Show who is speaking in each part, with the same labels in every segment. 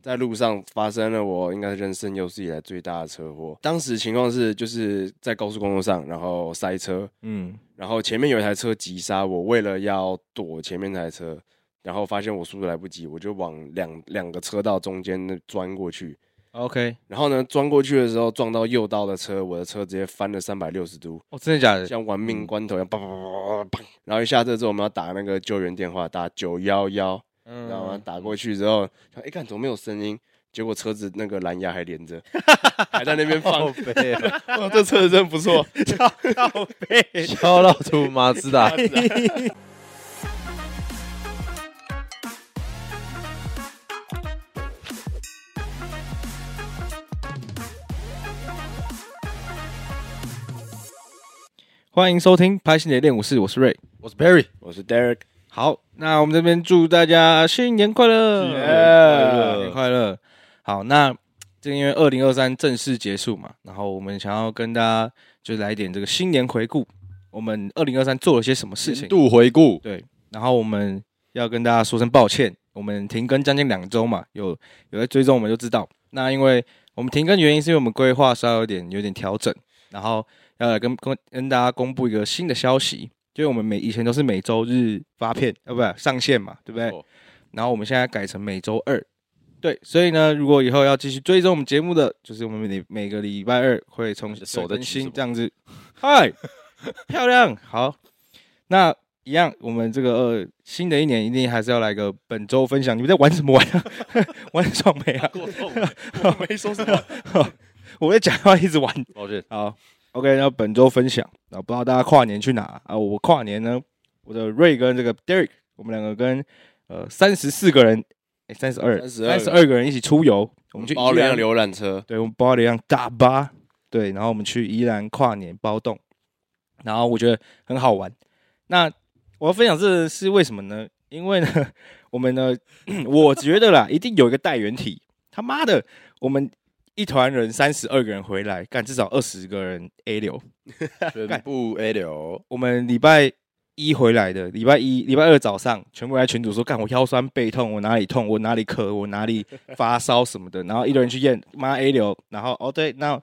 Speaker 1: 在路上发生了我应该人生有史以来最大的车祸。当时情况是，就是在高速公路上，然后塞车，
Speaker 2: 嗯，
Speaker 1: 然后前面有一台车急刹，我为了要躲前面那台车，然后发现我速度来不及，我就往两两个车道中间那钻过去。
Speaker 2: OK，
Speaker 1: 然后呢，钻过去的时候撞到右道的车，我的车直接翻了三百六十度，
Speaker 2: 哦，真的假的？
Speaker 1: 像玩命关头一样，砰砰砰砰砰砰。然后一下车之后，我们要打那个救援电话，打九幺幺，
Speaker 2: 嗯
Speaker 1: 然后打过去之后，想哎，看怎么没有声音？结果车子那个蓝牙还连 着，还在那边 放。
Speaker 2: 背，
Speaker 1: 哇这车子真不错。
Speaker 2: 靠背，敲到土马自达。欢迎收听《拍戏的练武室》，我是瑞， 我是 Barry。
Speaker 1: 我是 Derek，
Speaker 2: 好，那我们这边祝大家新年快乐，
Speaker 3: 新年
Speaker 1: 快乐
Speaker 2: 新
Speaker 3: 呃
Speaker 2: 年快乐。好，那这个因为二零二三正式结束嘛，然后我们想要跟大家就来一点这个新年回顾，我们二零二三做了些什么事情
Speaker 3: 年，度回顾，
Speaker 2: 然后我们要跟大家说声抱歉，我们停更将近两周嘛，有有在追踪我们就知道。那因为我们停更原因是因为我们规划稍微有点有点调整，然后要来跟跟跟大家公布一个新的消息，就是我们每以前都是每周日发片，呃，不上线嘛，对不对
Speaker 3: 没错？
Speaker 2: 然后我们现在改成每周二，对，所以呢，如果以后要继续追踪我们节目的，就是我们每每个礼拜二会重
Speaker 3: 你
Speaker 2: 新
Speaker 3: 的手在
Speaker 2: 更
Speaker 3: 举什
Speaker 2: 新
Speaker 3: 么
Speaker 2: 这样子。嗨， 漂亮，好，那一样，我们这个呃新的一年一定还是要来个本周分享。你们在玩什么玩啊？ 玩爽没啊？
Speaker 3: 过痛， 我 没说什么，
Speaker 2: 我在讲话一直玩。
Speaker 3: 抱歉，
Speaker 2: 好，OK，那本周分享，那不知道大家跨年去哪啊？我跨年呢，我的瑞跟这个 Derek，我们两个跟呃三十四个人，哎三十二，嗯哦
Speaker 1: 32
Speaker 2: 三十二个人一起出游，我们去
Speaker 1: 包
Speaker 2: 宜
Speaker 1: 了一辆浏
Speaker 2: 兰，
Speaker 1: 览 车，
Speaker 2: 对，我们包了一辆大巴，对，然后我们去宜兰跨年包栋，然后我觉得很好玩。那我要分享这是为什么呢？因为呢，我们呢，我觉得啦，一定有一个带源体。他妈的，我们一团人三十二个人回来，干至少二十个人 A 流。
Speaker 3: 全部 A 流，
Speaker 2: 我们礼拜一回来的，礼拜一、礼拜二早上，全部来群主说，干我腰酸背痛，我哪里痛，我哪里咳，我哪里发烧 什么的，然后一堆人去验，妈 A 流，然后哦对，那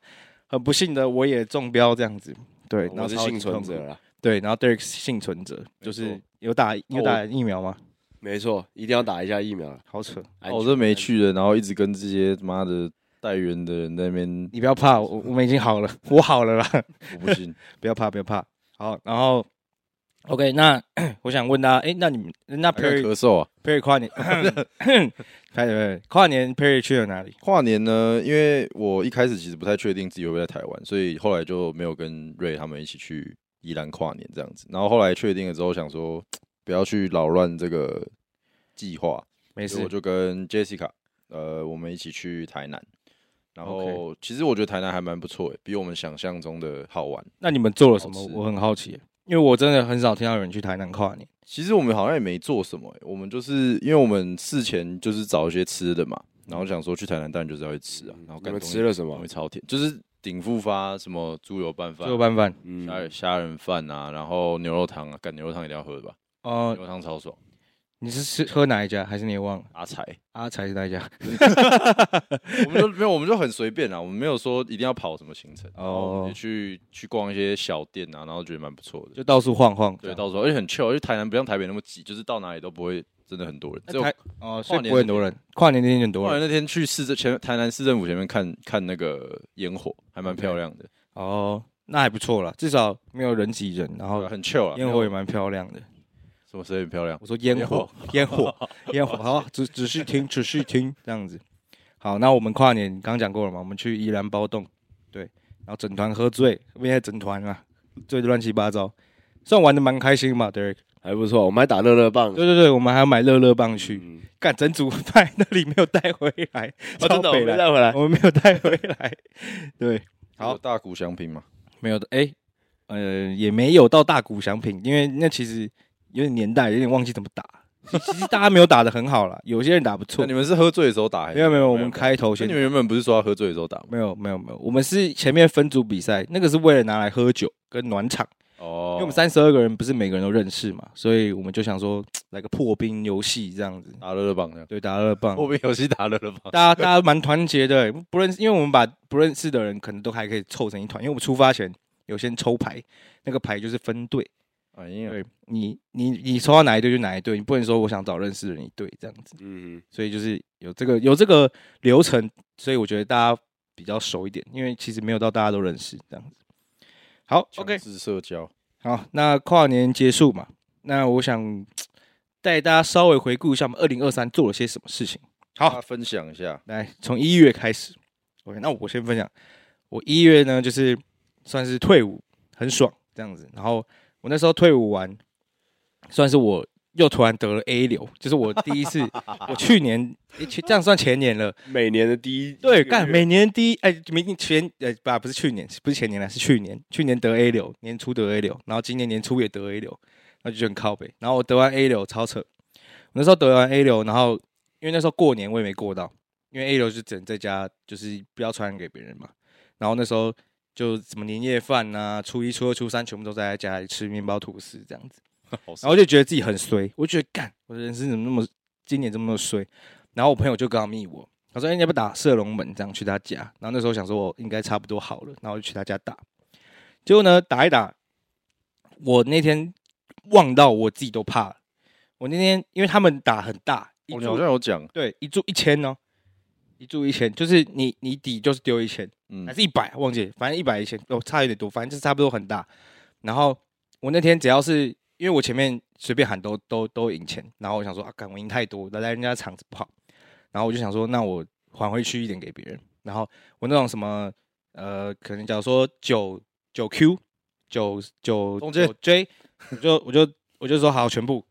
Speaker 2: 很不幸的我也中标这样子，对，然
Speaker 1: 哦
Speaker 2: 后
Speaker 1: 我是
Speaker 2: 超级
Speaker 1: 幸存
Speaker 2: 痛苦
Speaker 1: 者，哦啦。
Speaker 2: 对，然后 Derek 是幸存者，就是
Speaker 3: 错
Speaker 2: 有打有打疫苗吗？
Speaker 1: 没错，一定要打一下疫苗了。
Speaker 2: 好扯，
Speaker 1: 安
Speaker 3: 哦我
Speaker 1: 全
Speaker 3: 这没去的，然后一直跟这些妈的带源的人在那边，
Speaker 2: 你不要怕， 我我们已经好了，我好了啦。
Speaker 3: 我不信，
Speaker 2: 不要怕，不要怕。好，然后 OK，那 我想问大家，哎、那你们那
Speaker 3: 还敢
Speaker 2: Perry
Speaker 3: 咳嗽啊。
Speaker 2: Perry 跨 年，拍对跨年 Perry 去了哪里？
Speaker 3: 跨年呢，因为我一开始其实不太确定自己会不会在台湾，所以后来就没有跟瑞他们一起去宜兰跨年这样子。然后后来确定了之后，想说不要去扰乱这个计划，
Speaker 2: 没
Speaker 3: 所以
Speaker 2: 事
Speaker 3: 我，就跟 Jessica，呃，我们一起去台南。然
Speaker 2: OK
Speaker 3: 后其实我觉得台南还蛮不错诶，比我们想象中的好玩。
Speaker 2: 那你们做了什么
Speaker 3: 好？吃
Speaker 2: 我很好奇耶，因为我真的很少听到有人去台南跨年。
Speaker 3: 其实我们好像也没做什么、欸，我们就是因为我们事前就是找一些吃的嘛，然后想说去台南当然就是要去吃啊，然后
Speaker 1: 你
Speaker 3: 感
Speaker 1: 们
Speaker 3: 觉
Speaker 1: 吃了什
Speaker 3: 东
Speaker 1: 么
Speaker 3: 西？超甜，就是鼎富发什么猪油拌饭
Speaker 2: 最后、拌饭，
Speaker 1: 嗯
Speaker 3: 虾仁虾仁饭啊，然后牛肉汤啊，干牛肉汤一定要喝的吧，
Speaker 2: 哦
Speaker 3: 牛，肉汤超爽，
Speaker 2: 你是吃喝哪一家？还是你也忘了？
Speaker 3: 阿财，
Speaker 2: 阿才是哪一家？
Speaker 3: 我们就没有，我们就很随便啊啦，我们没有说一定要跑什么行程，
Speaker 2: 哦
Speaker 3: 然后我们就去去逛一些小店啊，然后觉得蛮不错的，
Speaker 2: 就到处晃晃。
Speaker 3: 对，到时候而且很 chill，因为台南不像台北那么挤，就是到哪里都不会真的很多人，只
Speaker 2: 那
Speaker 3: 有
Speaker 2: 台哦，所以
Speaker 3: 跨年
Speaker 2: 不会很多人。跨年那天很多
Speaker 3: 后
Speaker 2: 人
Speaker 3: 来。那天去市政前台南市政府前面看看那个烟火，还蛮漂亮的，
Speaker 2: 哦，那还不错啦，至少没有人挤人，然
Speaker 3: 哦，
Speaker 2: 后
Speaker 3: 很 chill 啊。
Speaker 2: 烟火也蛮漂亮的。
Speaker 3: 什么谁很漂亮？
Speaker 2: 我说烟火，
Speaker 1: 哎
Speaker 2: 烟火，烟火， 好，只只是听，只是听这样子。好，那我们跨年刚讲过了嘛，我们去宜兰包栋，对，然后整团喝醉，因为整团啊，醉的乱七八糟，算玩的蛮开心嘛，Derek。
Speaker 1: 还不错，我们还打乐乐棒。
Speaker 2: 对对对，我们还要买乐乐棒去，
Speaker 1: 嗯，
Speaker 2: 干整组派那里没有带回来，
Speaker 1: 哦，真的，
Speaker 2: 超
Speaker 1: 我
Speaker 2: 北
Speaker 1: 们
Speaker 2: 蓝
Speaker 1: 带回来。
Speaker 2: 我们没有带回来，对，好
Speaker 3: 有大鼓相拼嘛，
Speaker 2: 没有的，哎、呃，也没有到大鼓响品，因为那其实有点年代，有点忘记怎么打。其其实大家没有打的很好啦， 有些人打不错
Speaker 3: 那你。们是喝醉的时候打还是？
Speaker 2: 没有没有，我们开头
Speaker 3: 所
Speaker 2: 先
Speaker 3: 以你们原本不是说要喝醉的时候打吗？
Speaker 2: 没有没有没有，我们是前面分组比赛，那个是为了拿来喝酒跟暖场，
Speaker 3: 哦
Speaker 2: 因为我们三十二个人不是每个人都认识嘛，所以我们就想说来个破冰游戏这样子，
Speaker 3: 打乐乐棒这样，
Speaker 2: 对，打乐棒，
Speaker 3: 后面游戏打乐乐棒，
Speaker 2: 大家大家蛮团结的，不认识，因为我们把不认识的人可能都还可以凑成一团，因为我们出发前有先抽牌，那个牌就是分队，
Speaker 3: 哎呀，
Speaker 2: 对你你你抽到哪一队就哪一队，你不能说我想找认识的人一队这样子，
Speaker 1: 嗯哼，
Speaker 2: 所以就是有这个有这个流程，所以我觉得大家比较熟一点，因为其实没有到大家都认识这样子。好，OK，
Speaker 3: 是社交，
Speaker 2: 好，那跨年结束嘛，那我想带大家稍微回顾一下我们二零二三做了些什么事情。好
Speaker 3: 大家分享一下，
Speaker 2: 来，从一月开始，OK，那我先分享，我一月呢就是算是退伍，很爽这样子。然后我那时候退伍完，算是我又突然得了 A 流，就是我第一次，我去年诶去这样算前年了，
Speaker 1: 每年的第一
Speaker 2: 对，
Speaker 1: 这个
Speaker 2: 干
Speaker 1: 月
Speaker 2: 每年第一，哎，明前呃不不是去年，不是前年了，是去年，去年得 A 流，年初得 A 流，然后今年年初也得 A 流，那就觉得很靠北。然后我得完 A 流超扯，我那时候得完 A 流，然后因为那时候过年我也没过到，因为 A 流就只能在家，就是不要传染给别人嘛。然后那时候就什么年夜饭呐、初一、初二、初三全部都在家里吃面包吐司这样子。
Speaker 3: 好
Speaker 2: 然后就觉得自己很衰，我就觉得干，我的人生怎么那么今年怎么那么衰？然后我朋友就刚好密我，他说：“哎、你要不要打射龙门这样去他家？”然后那时候想说我应该差不多好了，然后就去他家打。结果呢，打一打，我那天忘到我自己都怕了。我那天因为他们打很大，一
Speaker 3: 哦你
Speaker 2: 注
Speaker 3: 好像有讲，
Speaker 2: 对一注一千哦，一注一千，就是你你底就是丢一千。
Speaker 3: 嗯
Speaker 2: 还，是一百，忘记了，反正一百一千，哦，差有点多，反正就是差不多很大。然后我那天只要是因为我前面随便喊都都都赢钱，然后我想说啊，干我赢太多，来来人家场子不好，然后我就想说，那我还回去一点给别人。然后我那种什么呃，可能假如说九九 Q 九九
Speaker 3: 中间
Speaker 2: 九 J，我就我就我就说好全部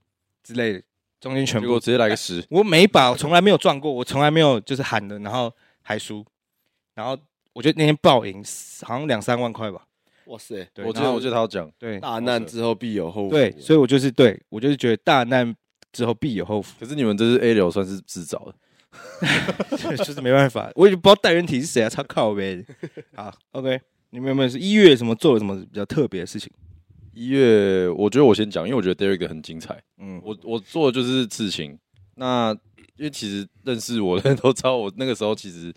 Speaker 2: 之类的，中间全
Speaker 3: 结
Speaker 2: 部
Speaker 3: 果直接来个十，
Speaker 2: 我每一把我从来没有撞过，我从来没有就是喊的，然后还输，然后我觉得那天爆赢，好像两三万块吧。
Speaker 1: 哇塞，
Speaker 2: 对，
Speaker 3: 我记
Speaker 2: 然
Speaker 3: 得
Speaker 2: 后
Speaker 3: 我记得他有讲，
Speaker 2: 对
Speaker 1: 大难之后必有后福。啊
Speaker 2: 对，所以我就是对我就是觉得大难之后必有后福，
Speaker 3: 可是你们这是 A 流算是自找的，
Speaker 2: 就是没办法，我也不知道带人体是谁啊，操靠 呗。好，OK，你们有没有是一月什么做了什么比较特别的事情？
Speaker 3: 一月我觉得我先讲，因为我觉得 Derek 的很精彩。
Speaker 2: 嗯，
Speaker 3: 我我做的就是刺青。那因为其实认识我的人都知道，我那个时候其实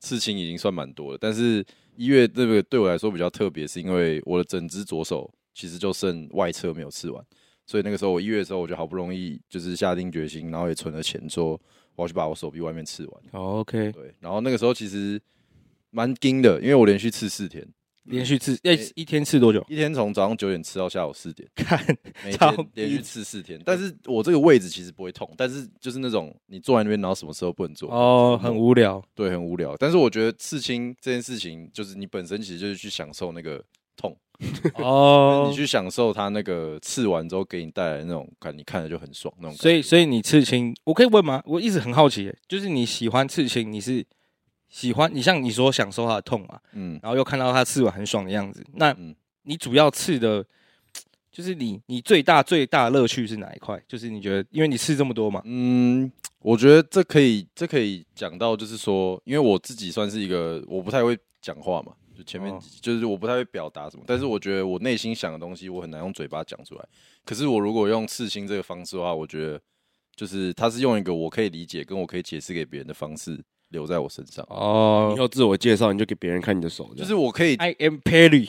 Speaker 3: 刺青已经算蛮多了。但是一月那个对我来说比较特别，是因为我的整只左手其实就剩外侧没有刺完，所以那个时候我一月的时候，我就好不容易就是下定决心，然后也存了钱说我要去把我手臂外面刺完。
Speaker 2: o k
Speaker 3: 对，然后那个时候其实蛮惊的，因为我连续刺四天，
Speaker 2: 连续刺，哎，一天刺多久？
Speaker 3: 一天从早上九点吃到下午四点。
Speaker 2: 看，
Speaker 3: 每
Speaker 2: 超
Speaker 3: 天连
Speaker 2: 低
Speaker 3: 续吃四天，但是我这个位置其实不会痛，但是就是那种你坐在那边，然后什么事都不能做，
Speaker 2: 哦，很无聊，
Speaker 3: 对，很无聊。但是我觉得刺青这件事情，就是你本身其实就是去享受那个痛，
Speaker 2: 哦
Speaker 3: 你，去享受它那个刺完之后给你带来的那种感，你看着就很爽那种感觉。
Speaker 2: 所以，所以你刺青，我可以问吗？我一直很好奇耶，就是你喜欢刺青，你是喜欢你像你说享受它的痛嘛，
Speaker 3: 嗯，
Speaker 2: 然后又看到它刺完很爽的样子，那
Speaker 3: 嗯
Speaker 2: 你主要刺的，就是你你最大最大的乐趣是哪一块？就是你觉得，因为你刺这么多嘛，
Speaker 3: 嗯，我觉得这可以，这可以讲到，就是说，因为我自己算是一个我不太会讲话嘛，就前面
Speaker 2: 哦
Speaker 3: 几集、就是我不太会表达什么，但是我觉得我内心想的东西，我很难用嘴巴讲出来。可是我如果用刺青这个方式的话，我觉得就是它是用一个我可以理解跟我可以解释给别人的方式留在我身上，
Speaker 1: 以
Speaker 2: 哦
Speaker 1: 后自我介绍，你就给别人看你的手，
Speaker 3: 就是我可以，
Speaker 2: ，I am Perry，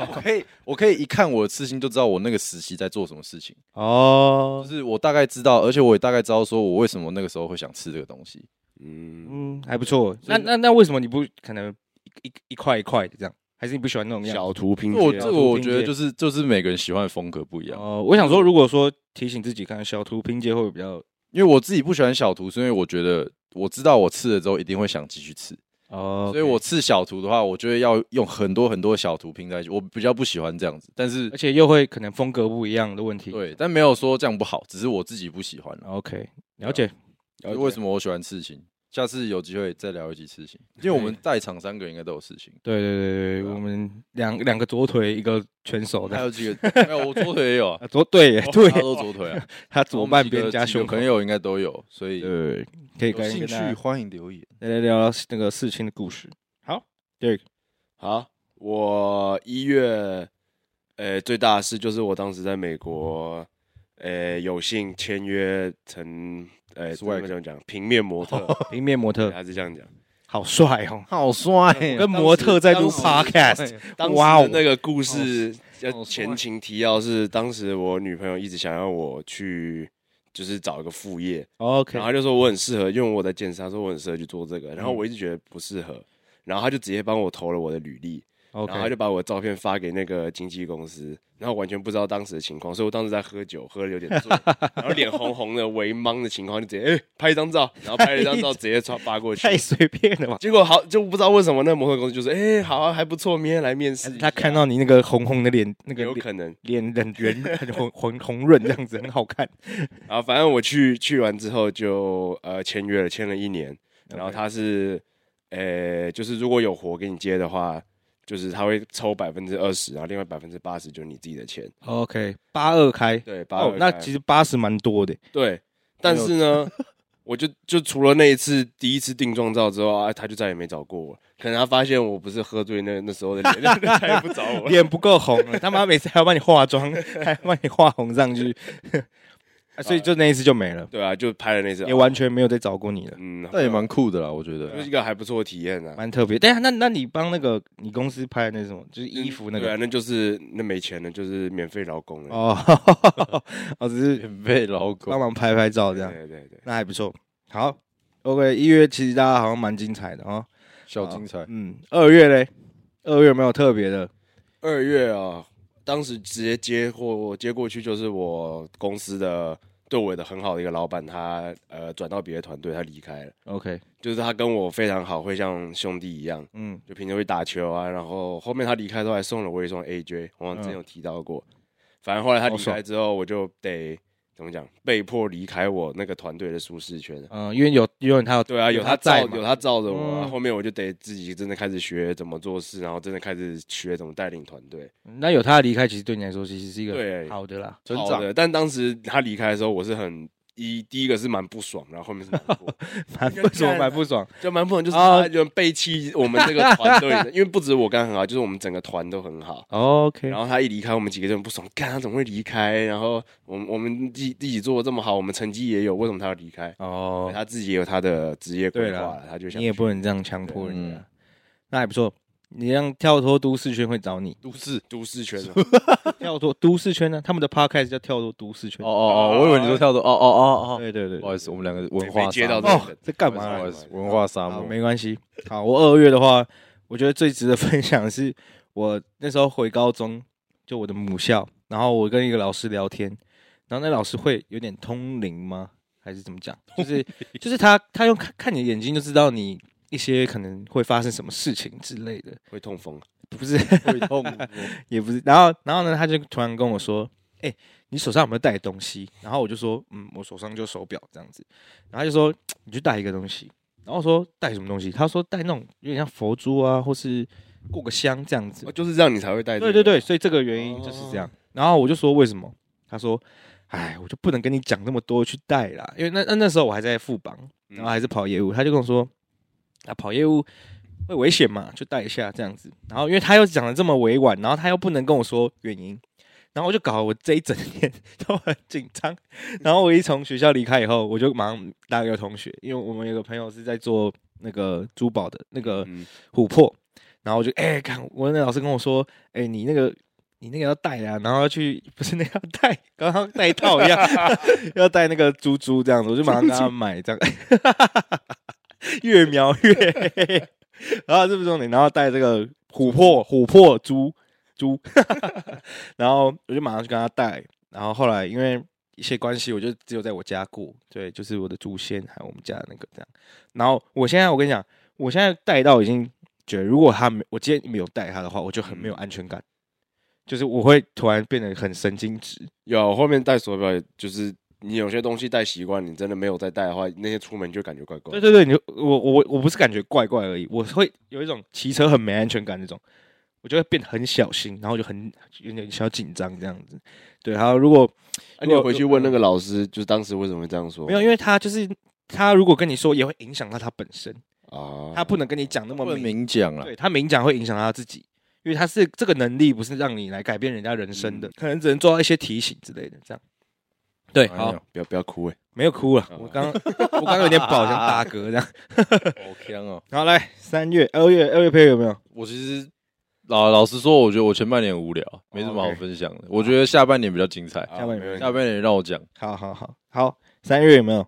Speaker 3: 我可以，我可以一看我的刺青就知道我那个时期在做什么事情。就
Speaker 2: 哦，
Speaker 3: 是我大概知道，而且我也大概知道说我为什么那个时候会想吃这个东西。
Speaker 1: 嗯，
Speaker 2: 嗯，还不错。
Speaker 3: 所
Speaker 2: 那
Speaker 3: 以
Speaker 2: 那那为什么你不可能一一一块一块的这样？还是你不喜欢那种样子？
Speaker 1: 小图拼
Speaker 3: 我
Speaker 1: 接
Speaker 3: 这
Speaker 1: 啊，
Speaker 3: 个我觉得就是就是每个人喜欢的风格不一样。
Speaker 2: 哦，我想说，如果说提醒自己看小图拼接会不会比较
Speaker 3: 因为我自己不喜欢小图，是因为我觉得我知道我吃了之后一定会想继续吃，
Speaker 2: 哦，
Speaker 3: 所以我吃小图的话，我觉得要用很多很多小图拼在一起，我比较不喜欢这样子。但是
Speaker 2: 而且又会可能风格不一样的问题。
Speaker 3: 对，但没有说这样不好，只是我自己不喜欢啦。
Speaker 1: 啊
Speaker 2: ，OK，了解。
Speaker 1: 了解
Speaker 3: 为什么我喜欢刺青？下次有机会再聊一集刺青，因为我们
Speaker 2: 哎
Speaker 3: 在场三个人应该都有刺青，
Speaker 2: 对对对对，
Speaker 3: 对啊
Speaker 2: 我们两两个左腿，一个拳手
Speaker 3: 还
Speaker 2: 的。
Speaker 3: 有 几个没有，我左腿也有啊，
Speaker 2: 啊，左对
Speaker 1: 哦
Speaker 2: 耶， 对
Speaker 3: 他
Speaker 2: 耶，
Speaker 3: 都左腿啊，
Speaker 2: 他 左半边加
Speaker 3: 小
Speaker 2: 胸口
Speaker 3: 朋。友应该都有，所以
Speaker 2: 对，可以
Speaker 3: 有
Speaker 2: 跟
Speaker 3: 兴
Speaker 2: 跟
Speaker 3: 趣
Speaker 2: 大
Speaker 1: 哦
Speaker 2: 家
Speaker 3: 欢迎留言。
Speaker 2: 来来聊聊那个事情的故事。好，Derek，
Speaker 1: 好，我一月呃，最大的事就是我当时在美国，呃，有幸签约成，呃，怎
Speaker 3: Swag
Speaker 1: 么讲讲平面模特，
Speaker 2: 平面模
Speaker 1: 哦 对啊
Speaker 2: 特
Speaker 1: 他是这样讲。
Speaker 2: 好帅哦，
Speaker 3: 好帅哦，
Speaker 2: 跟模特在录
Speaker 1: 当时
Speaker 2: podcast，
Speaker 1: 当时
Speaker 2: 哇哦
Speaker 1: 的那个故事
Speaker 3: 好
Speaker 1: 要
Speaker 3: 帅
Speaker 1: 前情提要是，当时我女朋友一直想要我去，就是找一个副业，
Speaker 2: ，OK，
Speaker 1: 然后他就说我很适合，因为我在健身，他说我很适合去做这个，然后我一直觉得不适合，然后他就直接帮我投了我的履历，然
Speaker 2: OK，
Speaker 1: 后他就把我的照片发给那个经纪公司，然后完全不知道当时的情况，所以我当时在喝酒，喝的有点 醉，然后脸红红的、微懵的情况，就直接哎、拍一张照，然后拍了一 张照直接传发过去
Speaker 2: 太，随便了吧？
Speaker 1: 结果好就不知道为什么那模特公司就说哎、好、啊、还不错，明天来面试一下，
Speaker 2: 他看到你那个红红的脸，那个
Speaker 1: 有
Speaker 2: 脸
Speaker 1: 可能。
Speaker 2: 脸很圆、很红、红红润这样子，很 好看。
Speaker 1: 然后反正我去去完之后就呃签约了，签了一年。然后他是，呃，就是如果有活给你接的话，就是他会抽百分之二十，然后另外百分之八十就是你自己的钱。
Speaker 2: OK，八二开，
Speaker 1: 对，八
Speaker 2: 哦，那其
Speaker 1: 实
Speaker 2: 实八十蛮多的。
Speaker 1: 对，但是呢，我就就除了那一次第一次定妆照之后啊，他就再也没找过我。可能他发现我不是喝醉那那时候的脸， 他再也不找我了。
Speaker 2: 脸不够红了，他妈每次还要帮你 化妆，还要帮你化红上去， 啊所以就那一次就没了，
Speaker 1: 对啊，就拍了那次，
Speaker 2: 也完全没有再找过你了，
Speaker 1: 嗯，
Speaker 3: 但也蛮酷的啦，我觉
Speaker 1: 就是
Speaker 3: 得。
Speaker 1: 一个还不错的体验啊。
Speaker 2: 啊蛮特别。对啊，那那你帮那个你公司拍的那什么，就是衣服那
Speaker 1: 对啊，
Speaker 2: 个
Speaker 1: 那就是那没钱了，就是免费劳工了。
Speaker 2: 哦， 哦，只是
Speaker 3: 免费老
Speaker 2: 帮
Speaker 3: 狗，
Speaker 2: 忙拍拍照这样，
Speaker 1: 对对对，
Speaker 2: 那还不错。好，OK，一月其实大家好像蛮精彩的哦。
Speaker 3: 小精彩，
Speaker 2: 嗯，二月嘞，二月有没有特别的
Speaker 1: 二月啊，当时直接接过接过去，就是我公司的对我的很好的一个老板，他呃转到别的团队，他离开了。
Speaker 2: ？OK，
Speaker 1: 就是他跟我非常好，会像兄弟一样，
Speaker 2: 嗯，
Speaker 1: 就平时会打球啊。然后后面他离开之后，还送了我一双 AJ，我好像之前
Speaker 2: 嗯
Speaker 1: 有提到过。反正后来他离
Speaker 2: 好爽
Speaker 1: 开之后，我就得怎么讲，被迫离开我那个团队的舒适圈。
Speaker 2: 嗯，因为有因为他有
Speaker 1: 对啊，有
Speaker 2: 有他
Speaker 1: 他罩
Speaker 2: 在嘛
Speaker 1: 有他罩着我、啊，
Speaker 2: 嗯
Speaker 1: 后面我就得自己真的开始学怎么做事，然后真的开始学怎么带领团队。
Speaker 2: 那有他的离开，其实对你来说其实是一个
Speaker 1: 对
Speaker 2: 好的啦。
Speaker 3: 成
Speaker 1: 好
Speaker 3: 长
Speaker 1: 的，但当时他离开的时候，我是很一第一个是蛮不爽，然后后面是难 过，
Speaker 2: 蛮为什么蛮不爽？
Speaker 1: 就蛮不爽，就是
Speaker 2: 啊
Speaker 1: 他就背弃我们这个团队的，因为不止我跟他很好，就是我们整个团都很好。
Speaker 2: OK，
Speaker 1: 然后他一离开，我们几个就很不爽，干他怎么会离开？然后我们我们自己自己做的这么好，我们成绩也有，为什么他要离开？
Speaker 2: 哦，
Speaker 1: 他自己也有他的职业规
Speaker 2: 对
Speaker 1: 划
Speaker 2: 啦
Speaker 1: 了，他就想，
Speaker 2: 你也不能这样强迫人
Speaker 3: 嗯
Speaker 2: 家，那还不错。你让跳脱都市圈会找你
Speaker 1: 都市都市 圈了，
Speaker 2: 跳脱都市圈呢？他们的 podcast 叫跳脱都市圈
Speaker 3: 哦。哦哦，我以为你说跳蚤，哦哦哦
Speaker 2: 对对对
Speaker 3: 哦，不，好意思，我们两个文
Speaker 1: 没
Speaker 3: 化
Speaker 1: 没接到
Speaker 3: 沙漠
Speaker 1: 这
Speaker 2: 哦
Speaker 1: 个，
Speaker 2: 这干
Speaker 3: 不
Speaker 2: 嘛
Speaker 1: 不
Speaker 2: 啊？
Speaker 3: 好意思，文化沙
Speaker 2: 好，
Speaker 3: 漠，
Speaker 2: 没关系。好，我二月的话，我觉得最值得分享的是我那时候回高中，就我的母校，然后我跟一个老师聊天，然后那老师会有点通灵吗？还是怎么讲？就是就是他他用看看你的眼睛就知道你一些可能会发生什么事情之类的，
Speaker 1: 会痛风。
Speaker 2: 不是
Speaker 3: 会痛，
Speaker 2: 也不是。然后然后呢，他就突然跟我说：“哎、你手上有没有带东西？”然后我就说：“嗯，我手上就手表这样子。”然后他就说：“你就带一个东西。”然后我说：“带什么东西？”他说：“带那种有点像佛珠啊，或是过个香这样子
Speaker 1: 哦。就是这样你才会带、”
Speaker 2: 对对，对，所以这个原因就是这样。然后我就说：“为什么？”他说：“哎，我就不能跟你讲那么多去带啦，因为那那那时候我还在副榜，然
Speaker 1: 嗯
Speaker 2: 后还是跑业务，他就跟我说，啊，跑业务会危险嘛，就带一下这样子。然后因为他又讲的这么委婉，然后他又不能跟我说原因，然后我就搞得我这一整天 都很紧张。然后我一从学校离开以后，我就马上打给我同学，因为我们有个朋友是在做那个珠宝的那个
Speaker 1: 嗯，
Speaker 2: 琥珀，然后我就哎，看、我那老师跟我说，哎、你那个。你那个要戴啊，然后要去不是那个要戴，刚刚戴套一样， 要戴那个珠珠这样子，我就马上跟他买这样，越描越黑。 然后这不是重点，然后戴这个琥珀琥珀珠珠， 然后我就马上去跟他戴。然后后来因为一些关系，我就只有在我家过，对，就是我的祖先还有我们家的那个这样。然后我现在我跟你讲，我现在戴到已经觉得，如果他没我今天没有戴他的话，我就很没有安全感，就是我会突然变得很神经质。
Speaker 1: 有后面戴手表，就是你有些东西戴习惯，你真的没有再戴的话，那些出门就感觉怪怪的。
Speaker 2: 对对对，你就我我我不是感觉怪怪而已，我会有一种骑车很没安全感那种，我就会变得很小心，然后就很有点小紧张这样子。对，还有如果
Speaker 1: 啊你有回去问那个老师，就是当时为什么会这样说？
Speaker 2: 没有，因为他就是他如果跟你说，也会影响到他本身，
Speaker 1: 啊，
Speaker 2: 他不能跟你讲那么
Speaker 3: 哦不能
Speaker 2: 明，
Speaker 3: 明讲了，啊
Speaker 2: 对他明讲会影响到他自己，因因为他是这个能力不是让你来改变人家人生
Speaker 3: 嗯
Speaker 2: 的，可能只能做到一些提醒之类的这样。对，
Speaker 3: 哎
Speaker 2: 好
Speaker 3: 呦，哦
Speaker 1: 不要不要哭哎、
Speaker 2: 没有哭了，我刚 我刚有点饱，想打嗝这样。
Speaker 3: 好香哦！
Speaker 2: 好，来三月、二月、二月配有没有？
Speaker 3: 我其实老老实说，我觉得我前半年很无聊，没什么好
Speaker 2: OK
Speaker 3: 分享的。我觉得下半年比较精彩，
Speaker 1: 好
Speaker 2: 下半
Speaker 1: 啊
Speaker 2: 年
Speaker 1: 没问题
Speaker 3: 下半年让我讲。
Speaker 2: 好好好好，三月有没有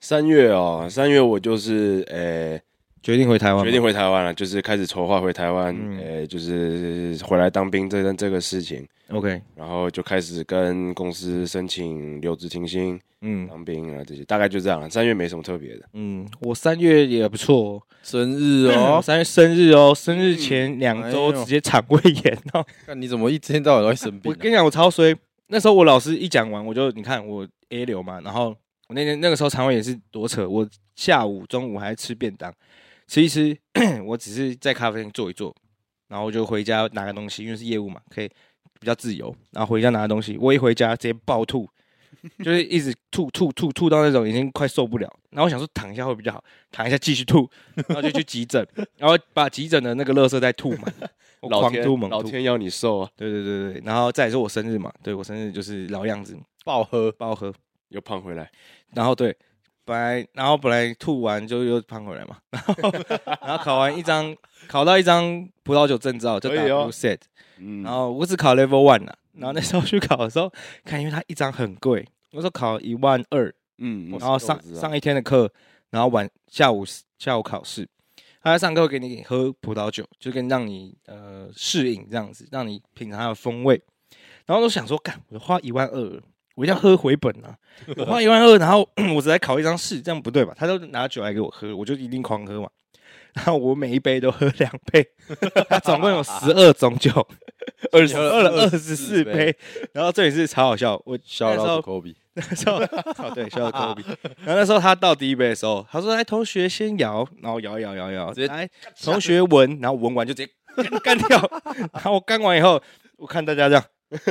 Speaker 1: 三月哦，三月我就是呃、
Speaker 2: 决定回台湾？
Speaker 1: 决定。回台湾了，就是开始筹划回台湾，
Speaker 2: 哦嗯
Speaker 1: 呃，就是回来当兵这件这个事情，
Speaker 2: OK，
Speaker 1: 然后就开始跟公司申请留职停薪、
Speaker 2: 嗯
Speaker 1: 当兵啊这些，大概就这样了。三月没什么特别的，
Speaker 2: 嗯，我三月也不错哦，
Speaker 3: 生日
Speaker 2: 我
Speaker 3: 哦，
Speaker 2: 三月生日哦，生日前两
Speaker 3: 哎
Speaker 2: 周直
Speaker 3: 呦
Speaker 2: 接肠胃炎哦。
Speaker 3: 看你怎么一天到晚都在生病
Speaker 2: 我
Speaker 3: 啊、
Speaker 2: 跟你讲，我超衰。那时候我老师一讲完，我就你看我 A 流嘛，然后我那天那个时候肠胃也是多扯，我下午中午还吃便当，吃一吃， 我只是在咖啡厅坐一坐，然后就回家拿个东西，因为是业务嘛，可以比较自由。然后回家拿个东西，我一回家直接暴 吐，就是一直吐吐吐吐到那种已经快受不了。然后我想说躺一下会比较好，躺一下继续吐，然后就去急诊，然后把急诊的那个垃圾再吐满， 我
Speaker 1: 老
Speaker 2: 哦狂
Speaker 1: 天
Speaker 2: 吐猛
Speaker 1: 老
Speaker 2: 吐。
Speaker 1: 天要你瘦啊，
Speaker 2: 对对对对，然后再来是我生日嘛，对我生日就是老样子，
Speaker 3: 爆喝，
Speaker 2: 不好喝。
Speaker 1: 又胖回来，
Speaker 2: 然后对，本来然后本来吐完就又胖回来嘛，然后然后考完一张，考到一张葡萄酒证照就打
Speaker 1: 可以哦
Speaker 2: blue set，、
Speaker 1: 嗯，
Speaker 2: 然后我只考 level one 啦、然后那时候去考的时候，看因为它一张很贵，那时候考一万二，
Speaker 1: 嗯，
Speaker 2: 然后上上一天的课，然后晚下午下午考试，他在上课给你喝葡萄酒，就跟让你呃适应这样子，让你品尝它的风味。然后都想说，干，我花一万二，我一定要喝回本 啊！我花一万二，然后我只来考一张试，这样不对吧？他都拿酒来给我喝，我就一定狂喝嘛。然后我每一杯都喝两杯，他总共有十二种 酒，
Speaker 3: 二
Speaker 2: 我喝了二十四杯。然后这里是超好笑，我
Speaker 3: 笑
Speaker 2: 那时
Speaker 3: 到
Speaker 2: 候
Speaker 3: 口鼻，
Speaker 2: 那时候， 哦对，笑到 Kobe。然后那时候他倒第一杯的时候，他说：“来，同学先摇，然后摇摇摇摇，
Speaker 3: 直接
Speaker 2: 来，同学闻，然后闻完就直接干掉。然后我干完以后，我看大家这样，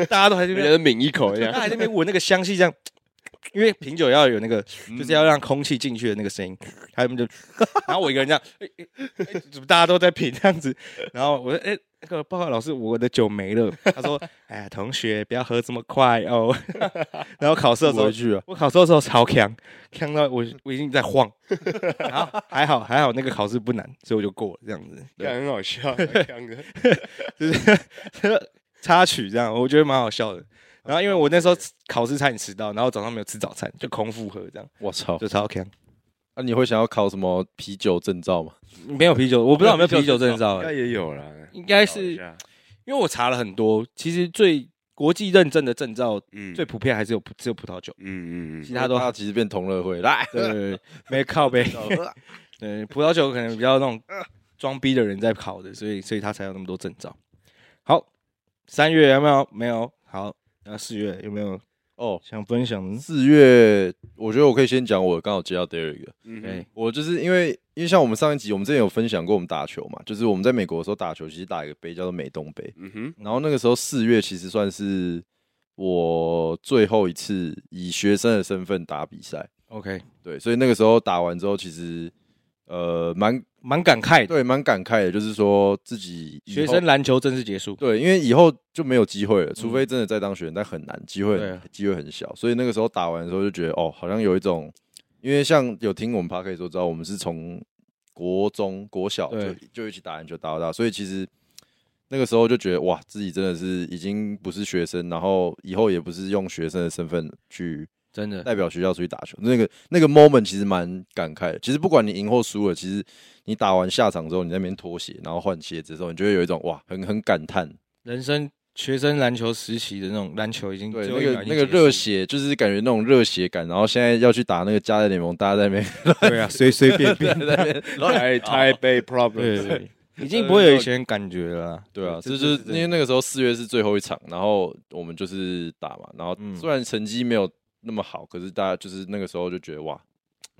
Speaker 2: 大家都还 在那
Speaker 1: 人家
Speaker 2: 边，
Speaker 1: 是抿一口一
Speaker 2: 大家
Speaker 1: 样，
Speaker 2: 还在那边闻那个香气，这样，因为品酒要有那个，就是要让空气进去的那个声音，他们就， 然后我一个人这样，哎哎哎怎么大家都在品这样子？然后我说：“哎。”那个报告老师，我的酒没了。他说：“ 哎呀，同学，不要喝这么快哦。” 然后考试的时候
Speaker 3: 回，去啊，
Speaker 2: 我考试的时候超强，强到我我已经在晃，然后还好还好那个考试不难，所以我就过了这样子，
Speaker 1: 干很好 笑，蛮香的
Speaker 2: 就是 插曲这样，我觉得蛮好笑的。然后因为我那时候考试差点迟到，然后早上没有吃早餐，就空腹喝这样，
Speaker 3: 我操！
Speaker 2: 就超强。
Speaker 3: 那你会想要考什么啤酒证照吗？
Speaker 2: 没有啤酒，我不知道有没有啤酒证照哎
Speaker 1: 应该，也有啦，
Speaker 2: 应该
Speaker 1: 找一
Speaker 2: 是
Speaker 1: 下
Speaker 2: 因为我查了很多，其实最国际认证的证照
Speaker 1: 嗯
Speaker 2: 最普遍还是有葡只有葡萄 酒，
Speaker 1: 嗯嗯
Speaker 2: 其
Speaker 1: 嗯，
Speaker 2: 他都
Speaker 3: 其实变同乐会 来。
Speaker 2: 对对对没靠背。对，葡萄酒可能比较那种装逼的人在考的，所以所以他才有那么多证照。好，三月有没有？没有。好，那四月有没有
Speaker 3: 哦，
Speaker 2: 想分享的？
Speaker 3: 四月，我觉得我可以先讲，我刚好接到 Derek 的。
Speaker 1: 嗯
Speaker 2: 对，
Speaker 3: 我就是因为，因为像我们上一集，我们之前有分享过，我们打球嘛，就是我们在美国的时候打球，其实打一个杯叫做美东杯。
Speaker 1: 嗯哼，
Speaker 3: 然后那个时候四月其实算是我最后一次以学生的身份打比赛，
Speaker 2: OK，
Speaker 3: 对，所以那个时候打完之后，其实呃蛮
Speaker 2: 蛮感慨的。
Speaker 3: 对蛮感慨的，就是说自己以
Speaker 2: 学
Speaker 3: 后
Speaker 2: 生篮球正式结束。
Speaker 3: 对，因为以后就没有机会了，除非真的再当学员，但很难，机会
Speaker 2: 嗯对啊
Speaker 3: 机会很小。所以那个时候打完的时候就觉得，哦，好像有一种，因为像有听我们 p a r k 都知道，我们是从国中、国小就
Speaker 2: 对
Speaker 3: 就一起打篮球打到大，所以其实那个时候就觉得，哇，自己真的是已经不是学生，然后以后也不是用学生的身份去
Speaker 2: 真的，
Speaker 3: 代表学校出去打球，那个那个 moment 其实蛮感慨的。其实不管你赢或输了，其实你打完下场之后，你在那边脱鞋，然后换鞋子的时候，你就会有一种哇，很很感叹。
Speaker 2: 人生学生篮球时期的那种篮球已经
Speaker 3: 对，
Speaker 2: 最
Speaker 3: 那
Speaker 2: 后一秒
Speaker 3: 个
Speaker 2: 已
Speaker 3: 那
Speaker 2: 经
Speaker 3: 个
Speaker 2: 结束
Speaker 3: 热，血，就是感觉那种热血感。然后现在要去打那个加勒联盟，大家在那边
Speaker 2: 对啊，随随便 便。
Speaker 3: 在那边乱
Speaker 1: 台台北 problem，
Speaker 2: 对对对，已经不会有以前感觉了啦。
Speaker 3: 对啊，这 就是因为那个时候四月是最后一场，然后我们就是打嘛，然后
Speaker 2: 嗯
Speaker 3: 虽然成绩没有那么好，可是大家就是那个时候就觉得哇，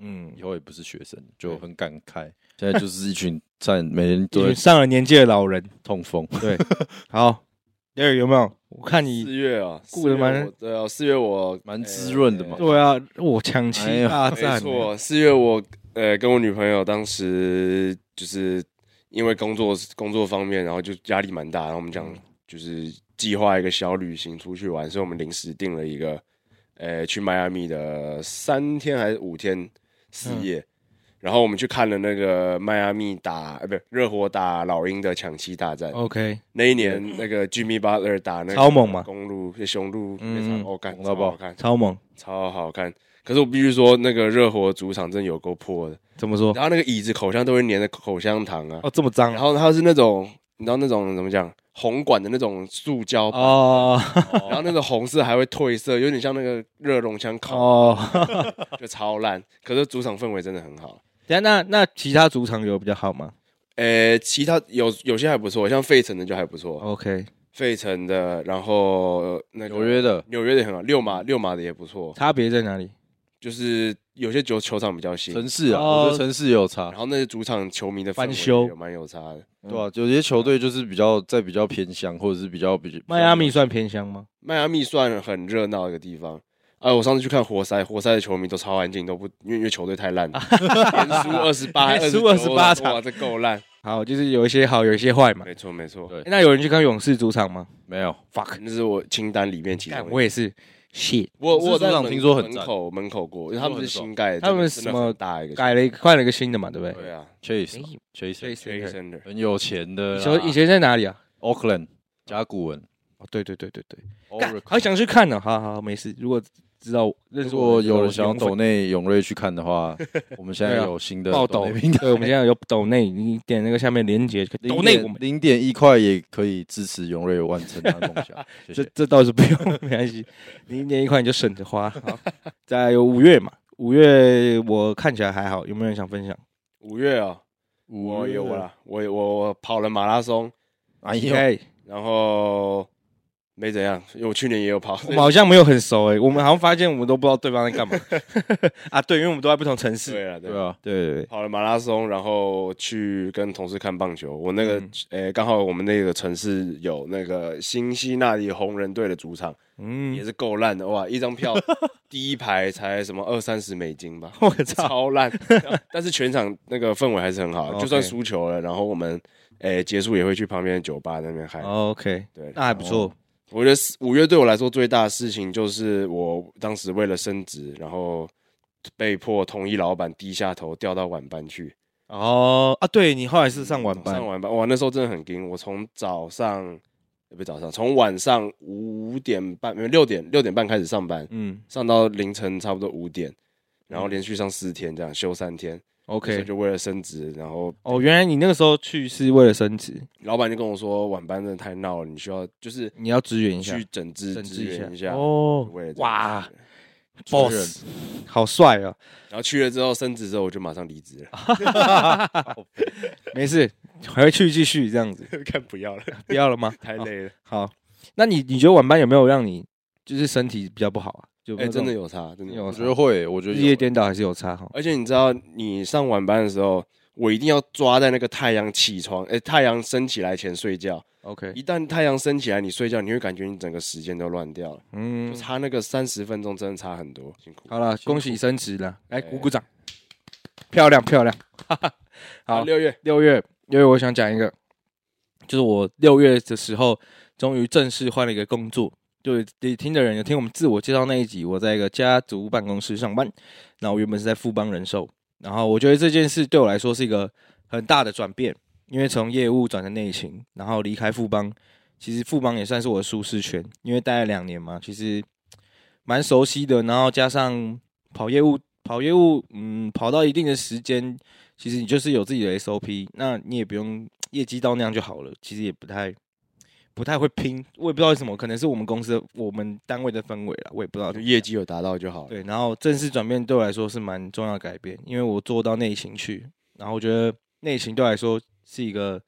Speaker 2: 嗯
Speaker 3: 以，后也不是学生，就很感慨。现在就是一 群在每天
Speaker 2: 一
Speaker 3: 都
Speaker 2: 群
Speaker 3: 在
Speaker 2: 上了年纪的老人。
Speaker 3: 痛风。
Speaker 2: 对，好，第二有没有？我看你
Speaker 1: 四月啊，
Speaker 2: 顾
Speaker 1: 四
Speaker 2: 得
Speaker 1: 月
Speaker 2: 蛮
Speaker 1: 我对啊，四月我
Speaker 3: 蛮滋润的嘛
Speaker 2: 对啊，我抢
Speaker 3: 哎
Speaker 2: 七
Speaker 3: 呦
Speaker 2: 大
Speaker 1: 没
Speaker 2: 战，
Speaker 1: 错，四月我呃跟我女朋友当时就是因为工作工作方面，然后就压力蛮大，然后我们
Speaker 2: 嗯
Speaker 1: 讲就是计划一个小旅行出去玩，所以我们临时定了一个，呃，去迈阿密的三天还是五天四夜，
Speaker 2: 嗯
Speaker 1: 然后我们去看了那个迈阿密打呃不是热火打老鹰的抢七大战，
Speaker 2: OK，
Speaker 1: 那一年那个 Jimmy Butler 打那个
Speaker 2: 嗯超猛嘛
Speaker 1: 公路雄鹿
Speaker 2: 嗯
Speaker 1: 那场，我哦干
Speaker 3: 猛到
Speaker 1: 超
Speaker 3: 爆
Speaker 1: 好看，
Speaker 2: 超猛，
Speaker 1: 超好看。可是我必须说，那个热火主场真的有够破的，
Speaker 2: 怎么说？
Speaker 1: 然后那个椅子口腔都会粘着口香糖啊，
Speaker 2: 哦，这么脏
Speaker 1: 然
Speaker 2: 啊
Speaker 1: 后它是那种你知道那种怎么讲红管的那种塑胶板，
Speaker 2: 哦
Speaker 1: 然后那个红色还会褪色，有点像那个热熔枪烤，
Speaker 2: 哦。
Speaker 1: 就超烂。可是主场氛围真的很好。
Speaker 2: 等一下那那其他主场有比较好吗
Speaker 1: 呃，其他有有些还不错，像费城的就还不错，
Speaker 2: ？OK，
Speaker 1: 费城的，然后呃那个
Speaker 3: 纽约的
Speaker 1: 纽约的也很好，六马六马的也不错，
Speaker 2: 差别在哪里？
Speaker 1: 就是有些球球场比较新，
Speaker 3: 城市啊，
Speaker 2: 哦
Speaker 3: 我觉得城市也有差
Speaker 1: 然，后那些主场球迷的氛
Speaker 2: 翻
Speaker 1: 围
Speaker 2: 修
Speaker 1: 有蛮有差的。
Speaker 3: 对吧、有些球队就是比较在比较偏乡，或者是比较比较
Speaker 2: 迈阿密算偏乡吗？
Speaker 1: 迈阿密算很热闹的一个地方。哎，我上次去看活塞，活塞的球迷都超安静，都不因为因为球队太 烂了，连输二十八，
Speaker 2: 连输28场
Speaker 1: 哇，这够烂。
Speaker 2: 好，就是有一些好，有一些坏嘛。
Speaker 1: 没错没错，
Speaker 3: 对
Speaker 2: 诶那有人去看勇士主场吗
Speaker 3: 没有。
Speaker 2: ？fuck，
Speaker 1: 那是我清单里面其中
Speaker 2: 干
Speaker 1: 一个。
Speaker 2: 我也是，shit，
Speaker 1: 我我有在
Speaker 3: 市场
Speaker 1: 门
Speaker 3: 听说很
Speaker 1: 门
Speaker 3: 赞
Speaker 1: 口门口过，因为他们是
Speaker 3: 听说很
Speaker 1: 新盖的，
Speaker 2: 他们
Speaker 1: 真的
Speaker 2: 什么
Speaker 1: 很大一个球，
Speaker 2: 改了一个换了一个新的嘛，对不对？
Speaker 1: 对啊
Speaker 3: Chase 嘛
Speaker 2: 哎
Speaker 3: Chase
Speaker 1: ，J a s o n 的
Speaker 3: 很有钱的
Speaker 2: 以
Speaker 3: 啦，
Speaker 2: 前以前在哪里啊？
Speaker 3: Auckland 甲骨文。
Speaker 2: 哦，对对对对对，干
Speaker 3: Oracle
Speaker 2: 好想去看呢、啊好好好没事。如果知道认
Speaker 3: 如
Speaker 2: 识我
Speaker 3: 果
Speaker 2: 的，
Speaker 3: 有
Speaker 2: 我
Speaker 3: 人
Speaker 2: 是
Speaker 3: 想要
Speaker 2: 勇粉
Speaker 3: 抖内永瑞去看 的话，我们现在
Speaker 2: 对啊
Speaker 3: 有新的
Speaker 2: 爆
Speaker 3: 抖
Speaker 2: 抖
Speaker 3: 内平台，
Speaker 2: 对，我们现在有抖内，你点那个下面链接可以
Speaker 3: 零
Speaker 2: 抖内我
Speaker 3: 点
Speaker 2: 们。
Speaker 3: 零点一块也可以支持永瑞完成他的梦 想。谢
Speaker 2: 这
Speaker 3: 谢。
Speaker 2: 这倒是不用，没关系，零点一块你就省着花。 好，再来有五月嘛，五月我看起来还好，有没有人想分享？
Speaker 1: 五月啊，我有
Speaker 3: 了，
Speaker 1: 啦，我我我跑了马拉松，
Speaker 3: 哎呦，
Speaker 2: 哎，
Speaker 1: 然后没怎样，因为我去年也有 跑，
Speaker 2: 我们好像没有很熟哎、我们好像发现我们都不知道对方在 干嘛啊。对，因为我们都在不同城市。
Speaker 1: 对了对
Speaker 3: 对
Speaker 1: 啊。
Speaker 3: 啊，
Speaker 2: 对对对，
Speaker 1: 跑了马拉松，然后去跟同事看棒球。我那个
Speaker 2: 嗯，
Speaker 1: 诶、刚、好我们那个城市有那个新西那里红人队的主场，也
Speaker 2: 嗯，
Speaker 1: 是够烂的哇！一张 票第一排才什么二三十美金吧，
Speaker 2: 我操，哦
Speaker 1: 超 烂。但是全场那个氛围还是很好，
Speaker 2: OK
Speaker 1: 就算输球了，然后我们诶、结束也会去旁边的酒吧那边嗨。
Speaker 2: 哦 OK，
Speaker 1: 对，
Speaker 2: 那还不错。
Speaker 1: 我觉得是五月对我来说最大的事情就是我当时为了升职，然后被迫同意老板低下头调到晚班去。
Speaker 2: 哦啊，对你后来是上晚班
Speaker 1: 上，晚班，哇，那时候真的很惊。我从早上，也不是早上，从晚上五点半，没有六点六点半开始上班，
Speaker 2: 嗯
Speaker 1: 上到凌晨差不多五点，然后连续上四天，这样休三天。所以
Speaker 2: 嗯，OK。
Speaker 1: 就为了升职，然后
Speaker 2: 哦，原来你那个时候去是为了升职，
Speaker 1: 老板就跟我说，晚班真的太闹了，你需要就是
Speaker 2: 你要支援一下
Speaker 1: 去，啊整治
Speaker 2: 整
Speaker 1: 支
Speaker 2: 治
Speaker 1: 援一下。
Speaker 2: 哦
Speaker 1: 为了这个
Speaker 2: 哇
Speaker 1: 事情
Speaker 2: ，boss，好帅啊！
Speaker 1: 然后去了之后升职之后，我就马上离职了，
Speaker 2: 没事，回去继续这样子，
Speaker 1: 看不要了，
Speaker 2: 不要了吗？
Speaker 1: 太累了。
Speaker 2: 好，那你你觉得晚班有没有让你就是身体比较不好啊？就
Speaker 1: 哎，真的有差，真的有
Speaker 2: 有
Speaker 3: 我觉得会，我觉得
Speaker 2: 日
Speaker 3: 有
Speaker 2: 夜颠倒还是有差哈。
Speaker 1: 而且你知道，你上晚班的时候，我一定要抓在那个太阳起床，诶、太阳升起来前睡觉。
Speaker 2: OK，
Speaker 1: 一旦太阳升起来，你睡觉，你会感觉你整个时间都乱掉了，
Speaker 2: 嗯
Speaker 1: 就，差那个三十分钟，真的差很多，辛苦。
Speaker 2: 好了，恭喜升职了，来
Speaker 1: 哎
Speaker 2: 鼓鼓掌，漂亮漂亮。
Speaker 1: 啊，
Speaker 2: 好
Speaker 1: 六月
Speaker 2: 六月六月我想讲一个，就是我六月的时候终于正式换了一个工作。就是你听的人有听我们自我介绍那一集，我在一个家族办公室上班，那我原本是在富邦人寿，然后我觉得这件事对我来说是一个很大的转变，因为从业务转成内勤，然后离开富邦，其实富邦也算是我的舒适圈，因为待了两年嘛，其实蛮熟悉的，然后加上跑业务，跑业务，嗯，跑到一定的时间，其实你就是有自己的 SOP，那你也不用业绩到那样就好了。其实也不太不太会拼，我也不知道为什么，可能是我们公司的我们单位的氛围啦，我也不知道
Speaker 1: 就。业绩有达到就好了。
Speaker 2: 对，然后正式转变对我来说是蛮重要的改变，因为我做到内勤去，然后我觉得内勤对我来说是一个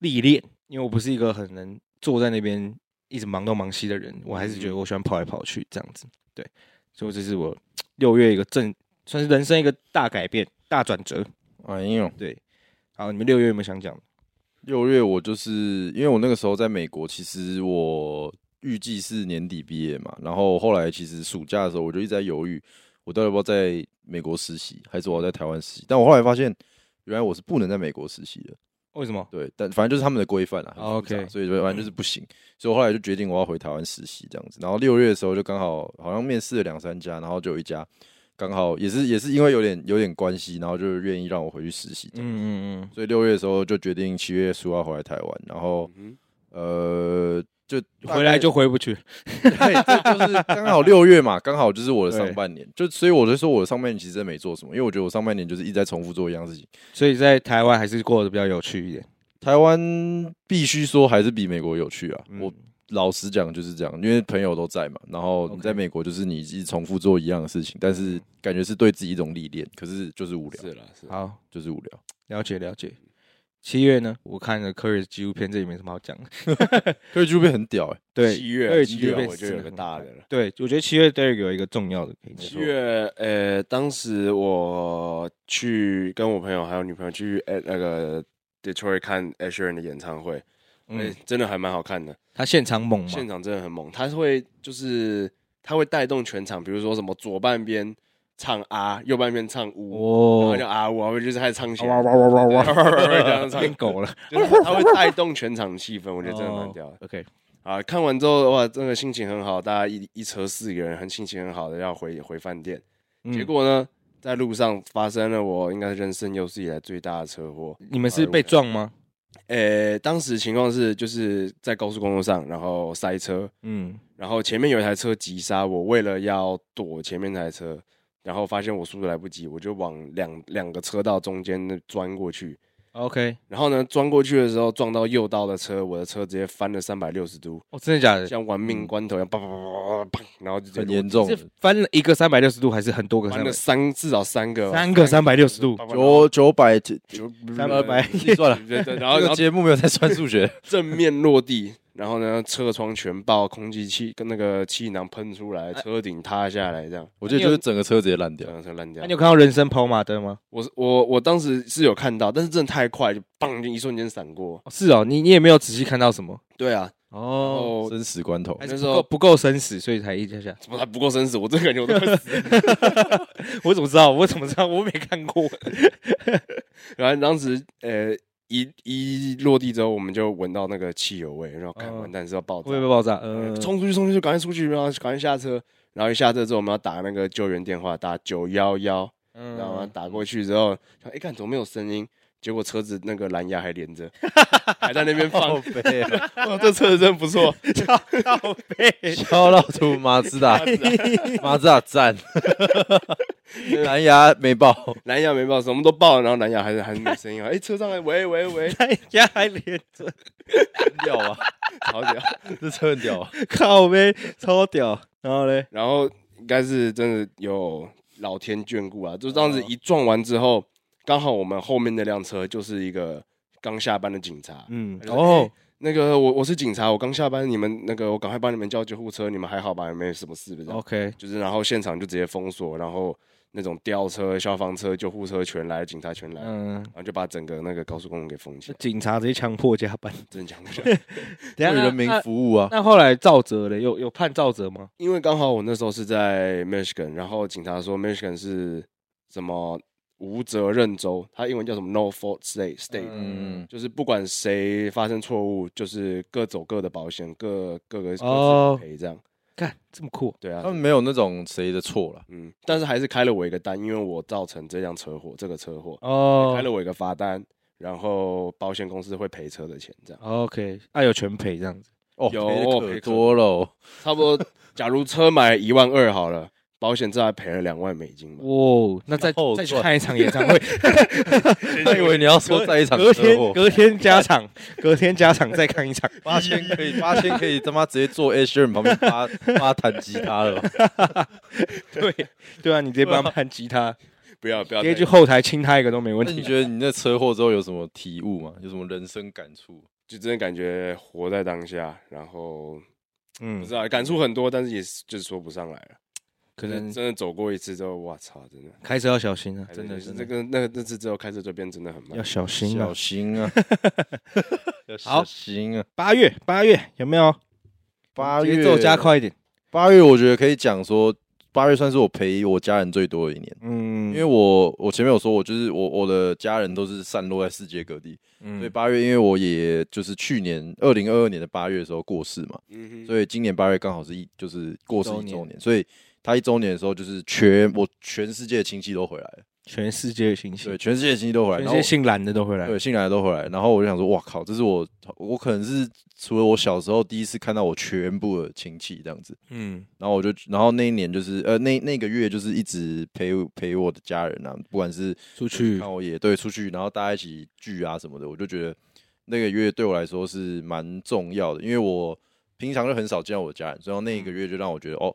Speaker 2: 历练，因为我不是一个很能坐在那边一直忙东忙西的人，我还是觉得我喜欢跑来跑去这样子。对，所以这是我六月一个正算是人生一个大改变、大转折。
Speaker 3: 哎呦，
Speaker 2: 对，好，你们六月有没有想讲的？
Speaker 3: 六月我就是因为我那个时候在美国，其实我预计是年底毕业嘛，然后后来其实暑假的时候我就一直在犹豫，我到底要不要在美国实习，还是我要在台湾实习？但我后来发现，原来我是不能在美国实习的，
Speaker 2: 为什么？
Speaker 3: 对，但反正就是他们的规范啊啦。很
Speaker 2: 哦
Speaker 3: 复杂
Speaker 2: OK
Speaker 3: 所以就反正就是不行，所以我后来就决定我要回台湾实习这样子。然后六月的时候就刚好好像面试了两三家，然后就有一家刚好也是也是因为有点有点关系，然后就愿意让我回去实习这样。
Speaker 2: 嗯嗯
Speaker 3: 所以六月的时候就决定七月初要回来台湾，然后
Speaker 1: 嗯
Speaker 3: 呃就
Speaker 2: 嗯，
Speaker 3: 大
Speaker 2: 回来
Speaker 3: 概
Speaker 2: 就回不去。
Speaker 3: 对， 这就是刚好六月嘛，刚好就是我的上
Speaker 2: 对
Speaker 3: 半年，就所以我就说我的上半年其实真没做什么，因为我觉得我上半年就是一直在重复做一样事情。
Speaker 2: 所以在台湾还是过得比较有趣一点。
Speaker 3: 台湾必须说还是比美国有趣啊，
Speaker 2: 嗯
Speaker 3: 我老实讲就是这样，因为朋友都在嘛，然后你
Speaker 2: OK 嗯
Speaker 3: 在美国就是你一直重复做一样的事情，但是感觉是对自己一种历练，可是就是无聊，
Speaker 1: 是了，是啦
Speaker 2: 好，
Speaker 3: 就是无聊。
Speaker 2: 了解了解。七月呢，我看了科瑞的纪录片，这里没什么好 讲的。
Speaker 3: 可是就会很屌哎、
Speaker 2: 对，
Speaker 1: 七
Speaker 2: 科瑞
Speaker 1: 月啊
Speaker 2: 纪
Speaker 1: 七
Speaker 2: 录
Speaker 1: 月
Speaker 2: 片
Speaker 1: 我就有个大
Speaker 2: 的。
Speaker 1: 的了。
Speaker 2: 对，我觉得七月 Derek 有一个重要的可以
Speaker 1: 七
Speaker 2: 说
Speaker 1: 月，呃，当时我去跟我朋友还有女朋友去呃那个 Detroit 看 Ed Sheeran 的演唱会，
Speaker 2: 嗯
Speaker 1: 嗯，，真的还蛮好看的，
Speaker 2: 他现场猛嘛，
Speaker 1: 现场真的很猛。他是会就是他会带动全场，比如说什么左半边唱啊，右半边唱呜，然
Speaker 2: 哦
Speaker 1: 后，就啊呜，然后就是开始唱起
Speaker 2: 哇
Speaker 1: 来，
Speaker 2: 哇哇哇哇，
Speaker 1: 这样 唱
Speaker 2: 变，狗了，
Speaker 1: 就是他他会带动全场的气氛，我觉得真的蛮屌的
Speaker 2: 哦。OK，
Speaker 1: 啊！看完之后哇，真的心情很好，大家一一车四个人，很心情很好的要回回饭店。
Speaker 2: 嗯
Speaker 1: 结果呢，在路上发生了我应该人生有史以来最大的车祸。
Speaker 2: 你们是被撞吗？
Speaker 1: 呃，当时情况是就是在高速公路上，然后塞车，
Speaker 2: 嗯，
Speaker 1: 然后前面有一台车急刹，我为了要躲前面那台车，然后发现我速度来不及，我就往两两个车道中间那钻过去。
Speaker 2: OK，
Speaker 1: 然后呢，钻过去的时候撞到右道的车，我的车直接翻了三百六十度，
Speaker 2: 哦，真的假的？
Speaker 1: 像玩命关头一样，砰砰砰砰砰砰，然后就直
Speaker 3: 很
Speaker 1: 接
Speaker 3: 严重，
Speaker 2: 是翻了一个三百六十度，还是很多个
Speaker 1: 翻
Speaker 2: 三
Speaker 1: 了
Speaker 2: 百？
Speaker 1: 三至少三个吧，
Speaker 2: 三个360度
Speaker 3: 九九百九
Speaker 1: 九。
Speaker 2: 三百
Speaker 3: 计算了
Speaker 1: 对对，然后然
Speaker 3: 这个
Speaker 1: 后
Speaker 3: 节目没有在算数学，
Speaker 1: 正面落地，然后呢，车窗全爆，空气气跟那个气囊喷出来，
Speaker 2: 哎
Speaker 1: 车顶塌下来，这样
Speaker 3: 我觉得就是整个车直接烂掉
Speaker 1: 整。个车烂掉
Speaker 2: 啊那你。有看到人生跑马灯吗？
Speaker 1: 我是我我当时是有看到，但是真的太快，就砰，就一瞬间闪过。
Speaker 2: 哦是哦，你你也没有仔细看到什么
Speaker 1: 对啊，然
Speaker 2: 哦，
Speaker 1: 后
Speaker 3: 生死关头
Speaker 2: 还，
Speaker 1: 那
Speaker 2: 是不
Speaker 1: 时候
Speaker 2: 够不够生死，所以才一下下。
Speaker 1: 怎么还不够生死？我真的感觉我都快死。
Speaker 2: 我怎么知道？我怎么知道？我没看 过。
Speaker 1: 然后当时呃一一落地之后，我们就闻到那个汽油味，然后看
Speaker 2: 哦
Speaker 1: 完蛋是要爆炸哎
Speaker 2: 会，不会爆炸？嗯，
Speaker 1: 冲出去冲出去，赶快出去，然后赶快下车。然后一下车之后，我们要打那个救援电话，打九幺幺。
Speaker 2: 嗯，
Speaker 1: 然后打过去之后，想哎，诶看怎么没有声音？结果车子那个蓝牙还连 着，还在那边放。
Speaker 3: 靠背啊，
Speaker 2: 哦
Speaker 1: 哇，这车子真不错，
Speaker 2: 靠背，
Speaker 3: 笑到吐马自 达，马自达赞，蓝牙没爆，
Speaker 1: 蓝牙没报，什么都报了，然后蓝牙还是还是没声音啊！哎，车上来喂喂喂，
Speaker 2: 人家还连着
Speaker 3: 很屌啊，
Speaker 1: 好屌！
Speaker 3: 这车很屌啊，
Speaker 2: 靠背，超屌。然后嘞，
Speaker 1: 然后应该是真的有老天眷顾啊，就这样
Speaker 2: 嗯
Speaker 1: 子一撞完之后，刚好我们后面那辆车就是一个刚下班的警察。
Speaker 2: 嗯，
Speaker 1: 哦，那个我我是警察，我刚下班，你们那个我赶快帮你们叫救护车，你们还好吧？没什么事吧？这样
Speaker 2: OK，
Speaker 1: 就是然后现场就直接封锁，然后那种吊车、消防车、救护车全来，警察全来，
Speaker 2: 嗯，
Speaker 1: 然后就把整个那个高速公路给封起
Speaker 2: 那
Speaker 1: 来。
Speaker 2: 警察直接强迫加 班。
Speaker 1: 真的讲 不下，
Speaker 2: 等
Speaker 3: 为
Speaker 2: 一下
Speaker 3: 人民
Speaker 2: 那
Speaker 3: 服务啊。
Speaker 2: 那后来赵哲嘞，有有判赵哲吗？
Speaker 1: 因为刚好我那时候是在 Michigan，然后警察说 Michigan 是什么无责任州，它英文叫什么 No Fault State State，、
Speaker 3: 嗯，
Speaker 1: 就是不管谁发生错误，就是各走各的保险，各各个各
Speaker 2: 哦
Speaker 1: 自赔这样。
Speaker 2: 看这么酷，
Speaker 1: 对啊
Speaker 3: 他，们没有那种谁的错了，
Speaker 1: 嗯，但是还是开了我一个单，因为我造成这辆车祸，这个车祸。
Speaker 2: 哦
Speaker 1: 开了我一个罚单，然后保险公司会赔车的钱，这样
Speaker 2: OK，那啊有全赔这样子，
Speaker 3: 哦，
Speaker 1: 有
Speaker 3: 赔得可
Speaker 1: 赔
Speaker 3: 多喽。
Speaker 1: 差不多。假如车买一万二好了，保险这还赔了两万美金吧。
Speaker 2: 哇！那再
Speaker 3: 然后
Speaker 2: 再去
Speaker 3: 赚
Speaker 2: 看一场演 唱会，
Speaker 3: 他以为你要说在一场
Speaker 2: 隔
Speaker 3: 车
Speaker 2: 天
Speaker 3: 祸，
Speaker 2: 隔天加场， 隔天加场再看一场，
Speaker 3: 八千可以， 八千可以他妈直接坐 a s h e r 旁边 扒扒弹吉他了吧，
Speaker 2: 对对啊，你直接 帮他弹吉他，
Speaker 1: 不要不
Speaker 2: 直
Speaker 1: 要
Speaker 2: 接去后台亲他一个都没问
Speaker 3: 那你
Speaker 2: 题。
Speaker 3: 觉得你那车祸之后有什么体悟吗？有什么人生感触？
Speaker 1: 就真的感觉活在当下，然后不
Speaker 2: 嗯
Speaker 1: 知，道感触很多，但是也是就是说不上来了。
Speaker 2: 可能
Speaker 1: 真的走过一次之后，哇操，真的
Speaker 2: 开车要小心啊，
Speaker 1: 开车
Speaker 2: 真的
Speaker 1: 就是
Speaker 2: 真
Speaker 1: 这
Speaker 2: 的
Speaker 1: 个那个那次之后开车就变真的很
Speaker 2: 要
Speaker 1: 慢。
Speaker 2: 小心啊
Speaker 3: 小。心 啊！要
Speaker 2: 好
Speaker 3: 小心啊！
Speaker 2: 八月八月有没有？
Speaker 3: 八
Speaker 2: 节
Speaker 3: 月
Speaker 2: 奏加快一点。
Speaker 3: 八月我觉得可以讲说八月算是我陪我家人最多的一年，
Speaker 2: 嗯，
Speaker 3: 因为我我前面有说，我就是我我的家人都是散落在世界各地，
Speaker 2: 嗯
Speaker 3: 所以八月因为我也就是去年二零二二年的八月的时候过世嘛，
Speaker 1: 嗯
Speaker 3: 所以今年八月刚好是一就是过世
Speaker 2: 一周
Speaker 3: 一周
Speaker 2: 年
Speaker 3: 年，所以他一周年的时候就是全我全世界的亲戚都回来了，
Speaker 2: 全世界的星
Speaker 3: 对，
Speaker 2: 星，
Speaker 3: 全世界的亲戚都回来，
Speaker 2: 全
Speaker 3: 然
Speaker 2: 世界
Speaker 3: 后
Speaker 2: 姓蓝的都会来，
Speaker 3: 对，新来的都回来，然后我就想说，哇靠，这是我我可能是除了我小时候第一次看到我全部的亲戚这样子，
Speaker 2: 嗯，
Speaker 3: 然后我就然后那一年就是呃那那个月就是一直陪我陪我的家人啊，不管是
Speaker 2: 出去
Speaker 3: 看我也对出去，然后大家一起聚啊什么的，我就觉得那个月对我来说是蛮重要的，因为我平常就很少见到我家人，所以那一个月就让我觉得哦，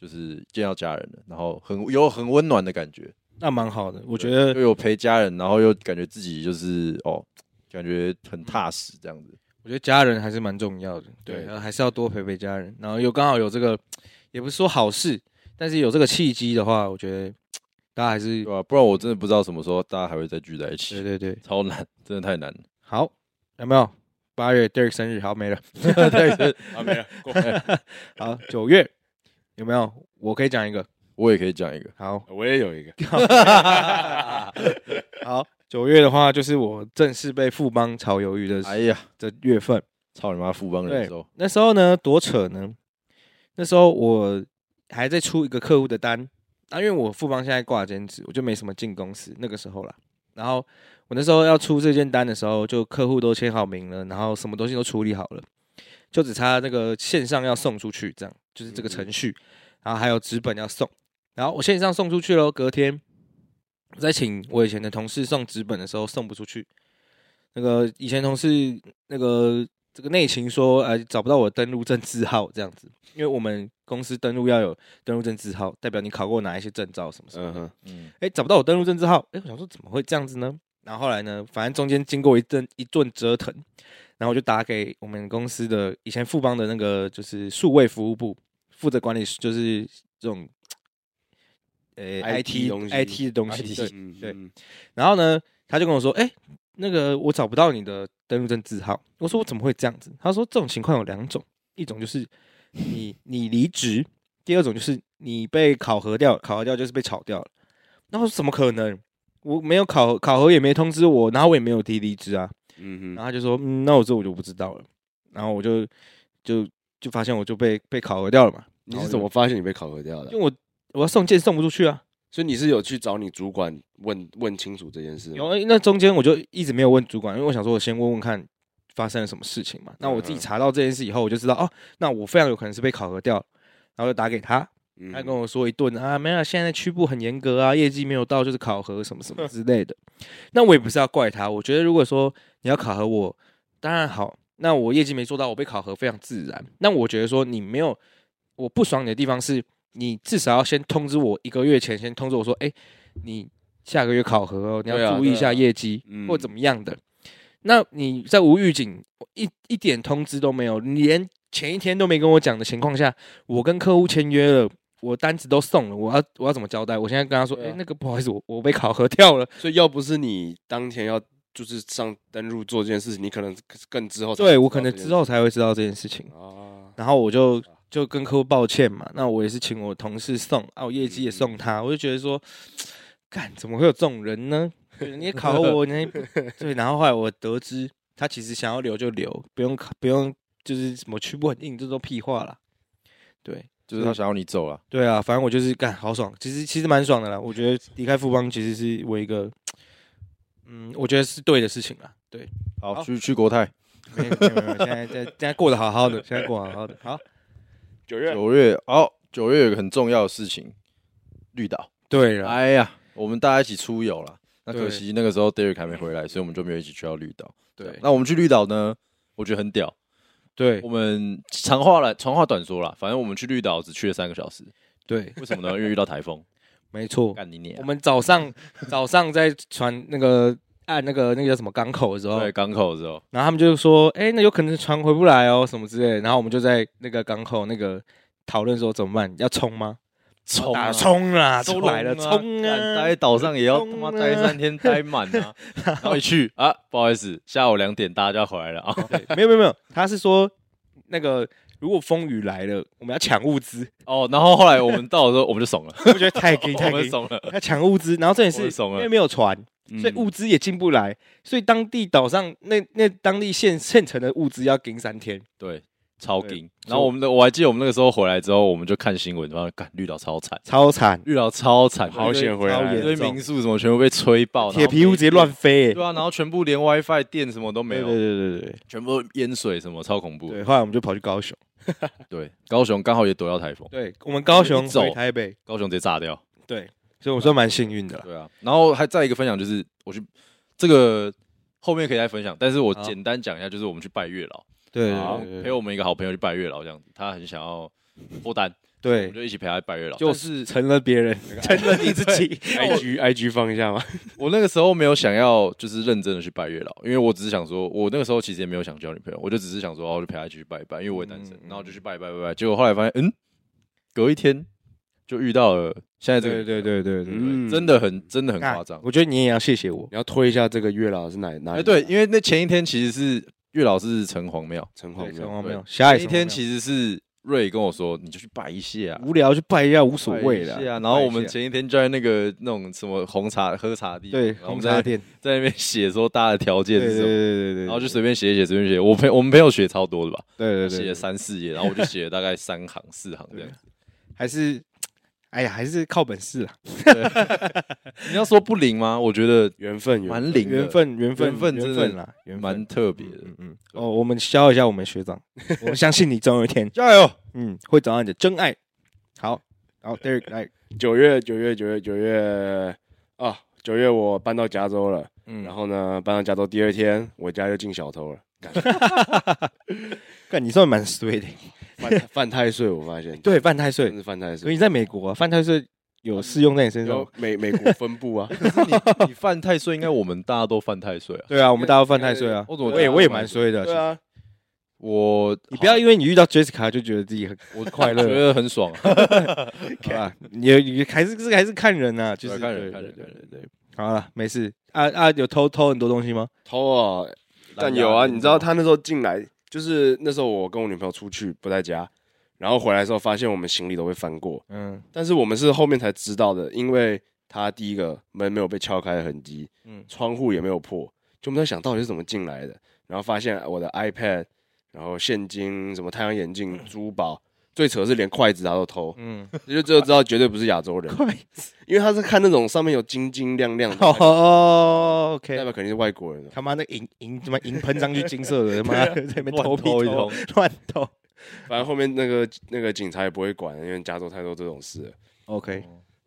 Speaker 3: 就是见到家人了，然后很有很温暖的感觉。
Speaker 2: 那蛮好的，我觉
Speaker 3: 对
Speaker 2: 得
Speaker 3: 又有陪家人，然后又感觉自己就是哦，感觉很踏实这样子。
Speaker 2: 我觉得家人还是蛮重要的，
Speaker 1: 对
Speaker 2: 对，然后还是要多陪陪家人。然后又刚好有这个，也不是说好事，但是有这个契机的话，我觉得大家还是
Speaker 3: 对吧、不然我真的不知道什么时候大家还会再聚在一
Speaker 2: 对
Speaker 3: 起，
Speaker 2: 对对。
Speaker 3: 超难，真的太难了。
Speaker 2: 好，有没有？八月 Derek 生日，好没 了。
Speaker 3: 对，
Speaker 1: 哼，啊没了，过，
Speaker 2: 好，九月有没有？我可以讲一个。
Speaker 3: 我也可以讲一个，
Speaker 2: 好
Speaker 1: 我也有一 个，
Speaker 2: 啊好，九月的话就是我正式被富邦炒鱿鱼的
Speaker 3: 哎呀，
Speaker 2: 这月份。
Speaker 3: 操你妈富邦人寿，
Speaker 2: 那时候呢，多扯呢！那时候我还在出一个客户的单，啊，因为我富邦现在挂兼职，我就没什么进公司那个时候啦。然后我那时候要出这件单的时候，就客户都签好名了，然后什么东西都处理好了，就只差那个线上要送出去，这样就是这个程序，然后还有纸本要送。然后我线上送出去喽，隔天我在请我以前的同事送纸本的时候送不出去，那个以前同事那个这个内勤说，呃，找不到我的登录证字号这样子，因为我们公司登录要有登录证字号，代表你考过哪一些证照什么什么。
Speaker 1: 嗯哼，
Speaker 3: 嗯，
Speaker 2: 哎、找不到我登录证字号，哎、我想说怎么会这样子呢？然后后来呢，反正中间经过一阵一顿折腾，然后我就打给我们公司的以前富邦的那个就是数位服务部，负责管理就是这种呃
Speaker 1: IT 东西
Speaker 2: IT 的东西
Speaker 3: IT
Speaker 2: 对
Speaker 1: 嗯
Speaker 2: 对
Speaker 1: 嗯
Speaker 2: 然后呢，他就跟我说：“哎、那个我找不到你的登录证字号。”我说：“我怎么会这样子？”他说：“这种情况有两种，一种就是你你离职，第二种就是你被考核掉，考核掉就是被炒掉了。”那我说：“怎么可能？我没有考考核，也没通知我，然后我也没有提离职啊。”
Speaker 1: 嗯
Speaker 2: 然
Speaker 1: 哼，
Speaker 2: 后他就说：“嗯，那我这我就不知道了。”然后我就就就发现我就被被考核掉了嘛。
Speaker 1: 你是怎么发现你被考核掉的
Speaker 2: 因为？我我要送件送不出去啊。
Speaker 1: 所以你是有去找你主管问问清楚这件事吗？
Speaker 2: 有，啊那中间我就一直没有问主管，因为我想说，我先问问看发生了什么事情嘛。那我自
Speaker 1: 嗯
Speaker 2: 己查到这件事以后，我就知道哦，那我非常有可能是被考核掉了，然后就打给他，
Speaker 1: 嗯哼，
Speaker 2: 他跟我说一顿啊，没有，现在区部很严格啊，业绩没有到就是考核什么什么之类的。 那我也不是要怪他，我觉得如果说你要考核我，当然好，那我业绩没做到，我被考核非常自然。那我觉得说你没有，我不爽你的地方是你至少要先通知我一个月前先通知我说，哎、你下个月考核哦，你
Speaker 1: 对啊
Speaker 2: 要注意一
Speaker 1: 对啊
Speaker 2: 下业绩、
Speaker 1: 嗯
Speaker 2: 或怎么样的。那你在无预警一一点通知都没有，你连前一天都没跟我讲的情况下，我跟客户签约了，我单子都送了，我要我要怎么交代？我现在跟他说，哎、
Speaker 1: 对啊哦
Speaker 2: 那个不好意思，我我被考核掉了。
Speaker 1: 所以要不是你当天要就是上登录做这件事情，你可能更之后才
Speaker 2: 对
Speaker 1: 知道
Speaker 2: 我可能
Speaker 1: 这件
Speaker 2: 之后才会知道这件事情
Speaker 1: 事，啊，
Speaker 2: 然后我就就跟客户抱歉嘛。那我也是请我同事送，啊，我业绩也送他，我就觉得说，干怎么会有这种人呢？对你也考核我，你对，然后后来我得知他其实想要留就留，不用考，不用就是什么屈不很硬，这都屁话啦。对，
Speaker 3: 就是他想要你走了，
Speaker 2: 对啊，反正我就是干好爽，其实其实蛮爽的啦。我觉得离开富邦其实是我一个，嗯，我觉得是对的事情啦。对，好
Speaker 3: 好去去国泰。
Speaker 2: 没有没有没有，现在在现在过得好好的，现在过得好好的。好，
Speaker 1: 九月
Speaker 3: 九月哦，九月有个很重要的事情，绿岛。
Speaker 2: 对了，
Speaker 3: 哎呀，我们大家一起出游了，那可
Speaker 2: 对
Speaker 3: 惜那个时候 Derek 还没回来，所以我们就没有一起去到绿岛。
Speaker 2: 对
Speaker 3: 那我们去绿岛呢，我觉得很屌。
Speaker 2: 对
Speaker 3: 我们长话了，长话短说啦，反正我们去绿岛只去了三个小时，
Speaker 2: 对，
Speaker 3: 为 什么呢？因为遇到台风，
Speaker 2: 没错。
Speaker 3: 干你娘！
Speaker 2: 我们早 上早上在船那个按那个那个叫什么港口的时候，
Speaker 3: 对港口的时候，
Speaker 2: 然后他们就说，哎、那有可能船回不来哦，什么之类的。然后我们就在那个港口那个讨论说怎么办，要冲吗？
Speaker 3: 冲
Speaker 2: 打
Speaker 3: 啊
Speaker 2: 冲啦，
Speaker 3: 冲
Speaker 2: 冲
Speaker 3: 啊
Speaker 2: 来了，冲
Speaker 3: 干
Speaker 2: 啊
Speaker 3: 待！在岛上也要他
Speaker 2: 冲
Speaker 3: 妈
Speaker 2: 啊
Speaker 3: 待三天，待满 啊！然后一去啊，不好意思，下午两点大家就要回来了啊。
Speaker 2: 没有没有没有，他是说那个如果风雨来了，我们要抢物资，
Speaker 3: 哦，然后后来我们到的时候，我们就怂了，
Speaker 2: 我觉得太 给
Speaker 3: 我
Speaker 2: 太
Speaker 3: 们
Speaker 2: 给，
Speaker 3: 怂了，
Speaker 2: 要抢物资，然后这也
Speaker 3: 我们
Speaker 2: 是
Speaker 3: 怂
Speaker 2: 因
Speaker 3: 了
Speaker 2: 为没有船，
Speaker 3: 嗯
Speaker 2: 所以物资也进不来，所以当地岛上那那当地县县城的物资要盯三天，
Speaker 3: 对，超
Speaker 2: 对
Speaker 3: 硬。然后我们的我还记得我们那个时候回来之后，我们就看新闻，然后看绿岛超惨，
Speaker 2: 超惨，
Speaker 3: 绿岛超惨，
Speaker 1: 好
Speaker 3: 一堆
Speaker 1: 险回
Speaker 2: 超
Speaker 1: 来
Speaker 2: 严
Speaker 3: 一
Speaker 1: 了，
Speaker 3: 堆民宿什么全部被吹爆，
Speaker 2: 铁皮屋直接乱，飞、欸，
Speaker 3: 对啊，然后全部连 WiFi 电什么都没
Speaker 2: 对对
Speaker 3: 有，
Speaker 2: 对对对
Speaker 3: 全部淹水什么，超恐怖。
Speaker 2: 对，后来我们就跑去高雄，
Speaker 3: 对，高雄刚好也躲到台风，
Speaker 2: 对我们高雄
Speaker 3: 一走
Speaker 2: 回台北，
Speaker 3: 高雄直接炸掉。
Speaker 2: 对，所以我算蛮幸运的啦。
Speaker 3: 对啊，然后还再一个分享就是，我去这个后面可以再分享，但是我
Speaker 2: 好
Speaker 3: 简单讲一下，就是我们去拜月老，
Speaker 2: 对
Speaker 1: 好
Speaker 2: 对
Speaker 3: 陪
Speaker 2: 对
Speaker 3: 我们一个好朋友去拜月老，这样子，他很想要脱单，我
Speaker 2: 对，
Speaker 3: 们就一起陪他拜月老。
Speaker 2: 就
Speaker 3: 就是是
Speaker 2: 成了别人，成了你自己。
Speaker 1: IG IG 放一下吗？
Speaker 3: 我那个时候没有想要就是认真的去拜月老，因为我只是想说，我那个时候其实也没有想交女朋友，我就只是想说，哦，我就陪他一起去拜一拜，因为我也单身
Speaker 2: 嗯，嗯
Speaker 3: 然后就去拜一拜拜一拜，结果后来发现，嗯，隔一天就遇到了现在这
Speaker 2: 对
Speaker 3: 个，
Speaker 2: 对对对对，
Speaker 1: 嗯，
Speaker 3: 真的很真的很
Speaker 2: 看
Speaker 3: 夸张。
Speaker 2: 啊我觉得你也要谢谢我，
Speaker 1: 你要推一下这个月老是哪哪里？
Speaker 3: 哎，对，，因为那前一天其实是月老是城隍庙。
Speaker 1: 城隍
Speaker 2: 对
Speaker 1: 庙
Speaker 2: 城。隍
Speaker 3: 对
Speaker 2: 庙，下
Speaker 3: 那一天
Speaker 2: 实
Speaker 3: 其实是瑞跟我说，你就去拜一下、啊，
Speaker 2: 无聊就拜一下无所谓
Speaker 3: 拜
Speaker 2: 的
Speaker 3: 一。下啊。然后我们前一天就在那个那种什么红茶喝茶地，
Speaker 2: 对
Speaker 3: 然后我
Speaker 2: 红
Speaker 3: 们
Speaker 2: 茶
Speaker 3: 在
Speaker 2: 店，
Speaker 3: 在那边写说大家的条件
Speaker 2: 对对
Speaker 3: 是
Speaker 2: 对
Speaker 3: 什么，
Speaker 2: 对对，
Speaker 3: 然后就随便写一写，随便写。我朋我们朋友写超多的吧，
Speaker 2: 对对
Speaker 3: 写
Speaker 2: 对
Speaker 3: 了，三四 页，然后我就写了大概三行四行这样。
Speaker 2: 还是哎呀，还是靠本事啦，
Speaker 3: 你要说不灵吗？我觉得
Speaker 1: 缘分，缘分
Speaker 3: 蛮灵的，
Speaker 2: 缘分缘分
Speaker 3: 缘分真的
Speaker 2: 啦，缘分
Speaker 3: 蛮特别的
Speaker 2: 嗯。嗯。
Speaker 3: 对
Speaker 2: 哦，我们消一下我们学 长，我们相信你总有一天，
Speaker 3: 加 油！
Speaker 2: 嗯，会找到你的真爱。好，好，Derek 来，
Speaker 1: 九月九月九月九月啊，九月我搬到加州了，
Speaker 2: 嗯
Speaker 1: 然后呢，搬到加州第二天，我家就进小偷 了，
Speaker 2: 干，你算蛮衰 的。
Speaker 1: 犯犯太岁，我发现，
Speaker 2: 对，犯太
Speaker 1: 真
Speaker 2: 岁，
Speaker 1: 是犯太
Speaker 2: 所以
Speaker 1: 岁，
Speaker 2: 你在美国啊，犯太岁有适用在你身上吗
Speaker 1: 有？美美国分部 啊，
Speaker 3: 可是你你犯太岁，应该我们大家都犯太 岁啊。
Speaker 2: 对啊，我们大家都犯太岁啊。
Speaker 3: 我怎么
Speaker 2: 我也
Speaker 3: 大家都
Speaker 2: 我也
Speaker 3: 犯
Speaker 2: 蛮
Speaker 3: 太岁
Speaker 2: 衰的。
Speaker 1: 对啊，
Speaker 3: 我
Speaker 2: 你不要因为你遇到 Jessica 就觉得自己很
Speaker 3: 我
Speaker 2: 快乐
Speaker 3: 觉得很爽啊。
Speaker 2: 好 啦，也也还是这个还是看人呐，就是
Speaker 3: 对啊看人
Speaker 2: 对
Speaker 3: 看
Speaker 2: 对
Speaker 3: 人
Speaker 2: 对
Speaker 3: 看
Speaker 2: 对
Speaker 3: 人
Speaker 2: 对。好了，没事啊啊，有偷偷很多东西吗？
Speaker 1: 偷啊，但有啊，你知道他那时候进来，就是那时候我跟我女朋友出去不在家，然后回来的时候发现我们行李都被翻过，
Speaker 2: 嗯
Speaker 1: 但是我们是后面才知道的，因为他第一个门没有被撬开的痕迹，
Speaker 2: 嗯，
Speaker 1: 窗户也没有破，就我们在想到底是怎么进来的，然后发现我的 iPad，然后现金、什么太阳眼镜、珠宝，最扯是连筷子他都偷，
Speaker 2: 嗯，
Speaker 1: 你就就知道绝对不是亚洲人，
Speaker 2: 快
Speaker 1: 因为他是看那种上面有晶晶亮亮的，代
Speaker 2: 哦，OK，
Speaker 1: 表肯定是外国人哦了。
Speaker 2: 他妈那银银什么银喷上去金色的，他妈在那边偷
Speaker 3: 啊乱
Speaker 2: 屁
Speaker 3: 偷一
Speaker 2: 偷
Speaker 3: 通，
Speaker 2: 乱偷
Speaker 1: 反正后面那个那个警察也不会管，因为加州太多这种事了。
Speaker 2: ，OK，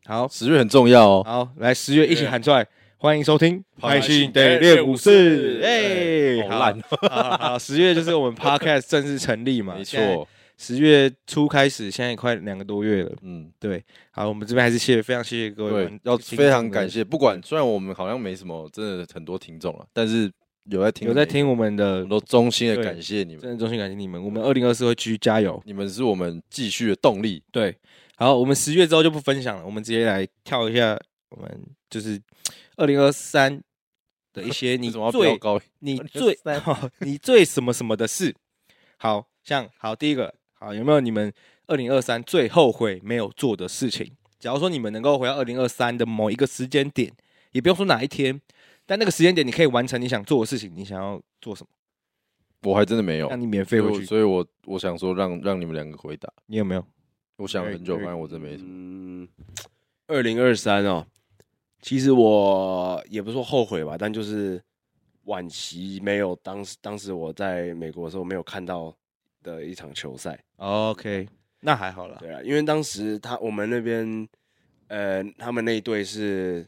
Speaker 2: 好
Speaker 3: 哦十月很重要 哦。
Speaker 2: 好，来十月一起喊出来，欢迎收听《
Speaker 1: 拍
Speaker 2: 戏
Speaker 1: 戏
Speaker 2: 得
Speaker 1: 得
Speaker 2: 练
Speaker 1: 练
Speaker 2: 武
Speaker 1: 武
Speaker 2: 士
Speaker 1: 士》，
Speaker 2: 哎，
Speaker 3: 好烂，
Speaker 2: 好，好好十月就是我们 Podcast 正式成立嘛，
Speaker 3: 没，错，
Speaker 2: 十月初开始，现在也快两个多月了。
Speaker 3: 嗯，
Speaker 2: 好，我们这边还是谢谢，非常谢谢各位
Speaker 3: 对
Speaker 2: 们，，
Speaker 3: 要非常感
Speaker 2: 谢
Speaker 3: 谢。不管虽然我们好像没什么，真的很多听众了，但是有在听，
Speaker 2: 有在，听我们
Speaker 3: 我
Speaker 2: 的
Speaker 3: 们，都衷心的
Speaker 2: 对
Speaker 3: 感谢你们，
Speaker 2: 真的衷心感谢你们。我们二零二四会继续加油。
Speaker 3: 你们是我们继续的动力。
Speaker 2: 对，好，我们十月之后就不分享了，我们直接来跳一下我们就是二零二三的一些
Speaker 3: 你
Speaker 2: 你
Speaker 3: 怎么要飙
Speaker 2: 最
Speaker 3: 高？
Speaker 2: 你最 你最什么什么的事。好像好第一个，好有没有你们二零二三最后悔没有做的事情？假如说你们能够回到二零二三的某一个时间点，也不用说哪一天，但那个时间点你可以完成你想做的事情，你想要做什么，
Speaker 3: 我还真的没有
Speaker 2: 让，你免
Speaker 3: 所
Speaker 2: 费
Speaker 3: 以
Speaker 2: 回
Speaker 3: 我
Speaker 2: 去，
Speaker 3: 所以我我想说让让你们两个回答。
Speaker 2: 你有没有？
Speaker 3: 我想很久，
Speaker 2: 对
Speaker 3: 发现我真没什么。
Speaker 1: 嗯，二零二三哦，其实我也不是说后悔吧，但就是惋惜没有当时当时我在美国的时候没有看到的一场球赛。
Speaker 2: OK，那还好啦。
Speaker 1: 对啊，因为当时他我们那边，呃，他们那一队是，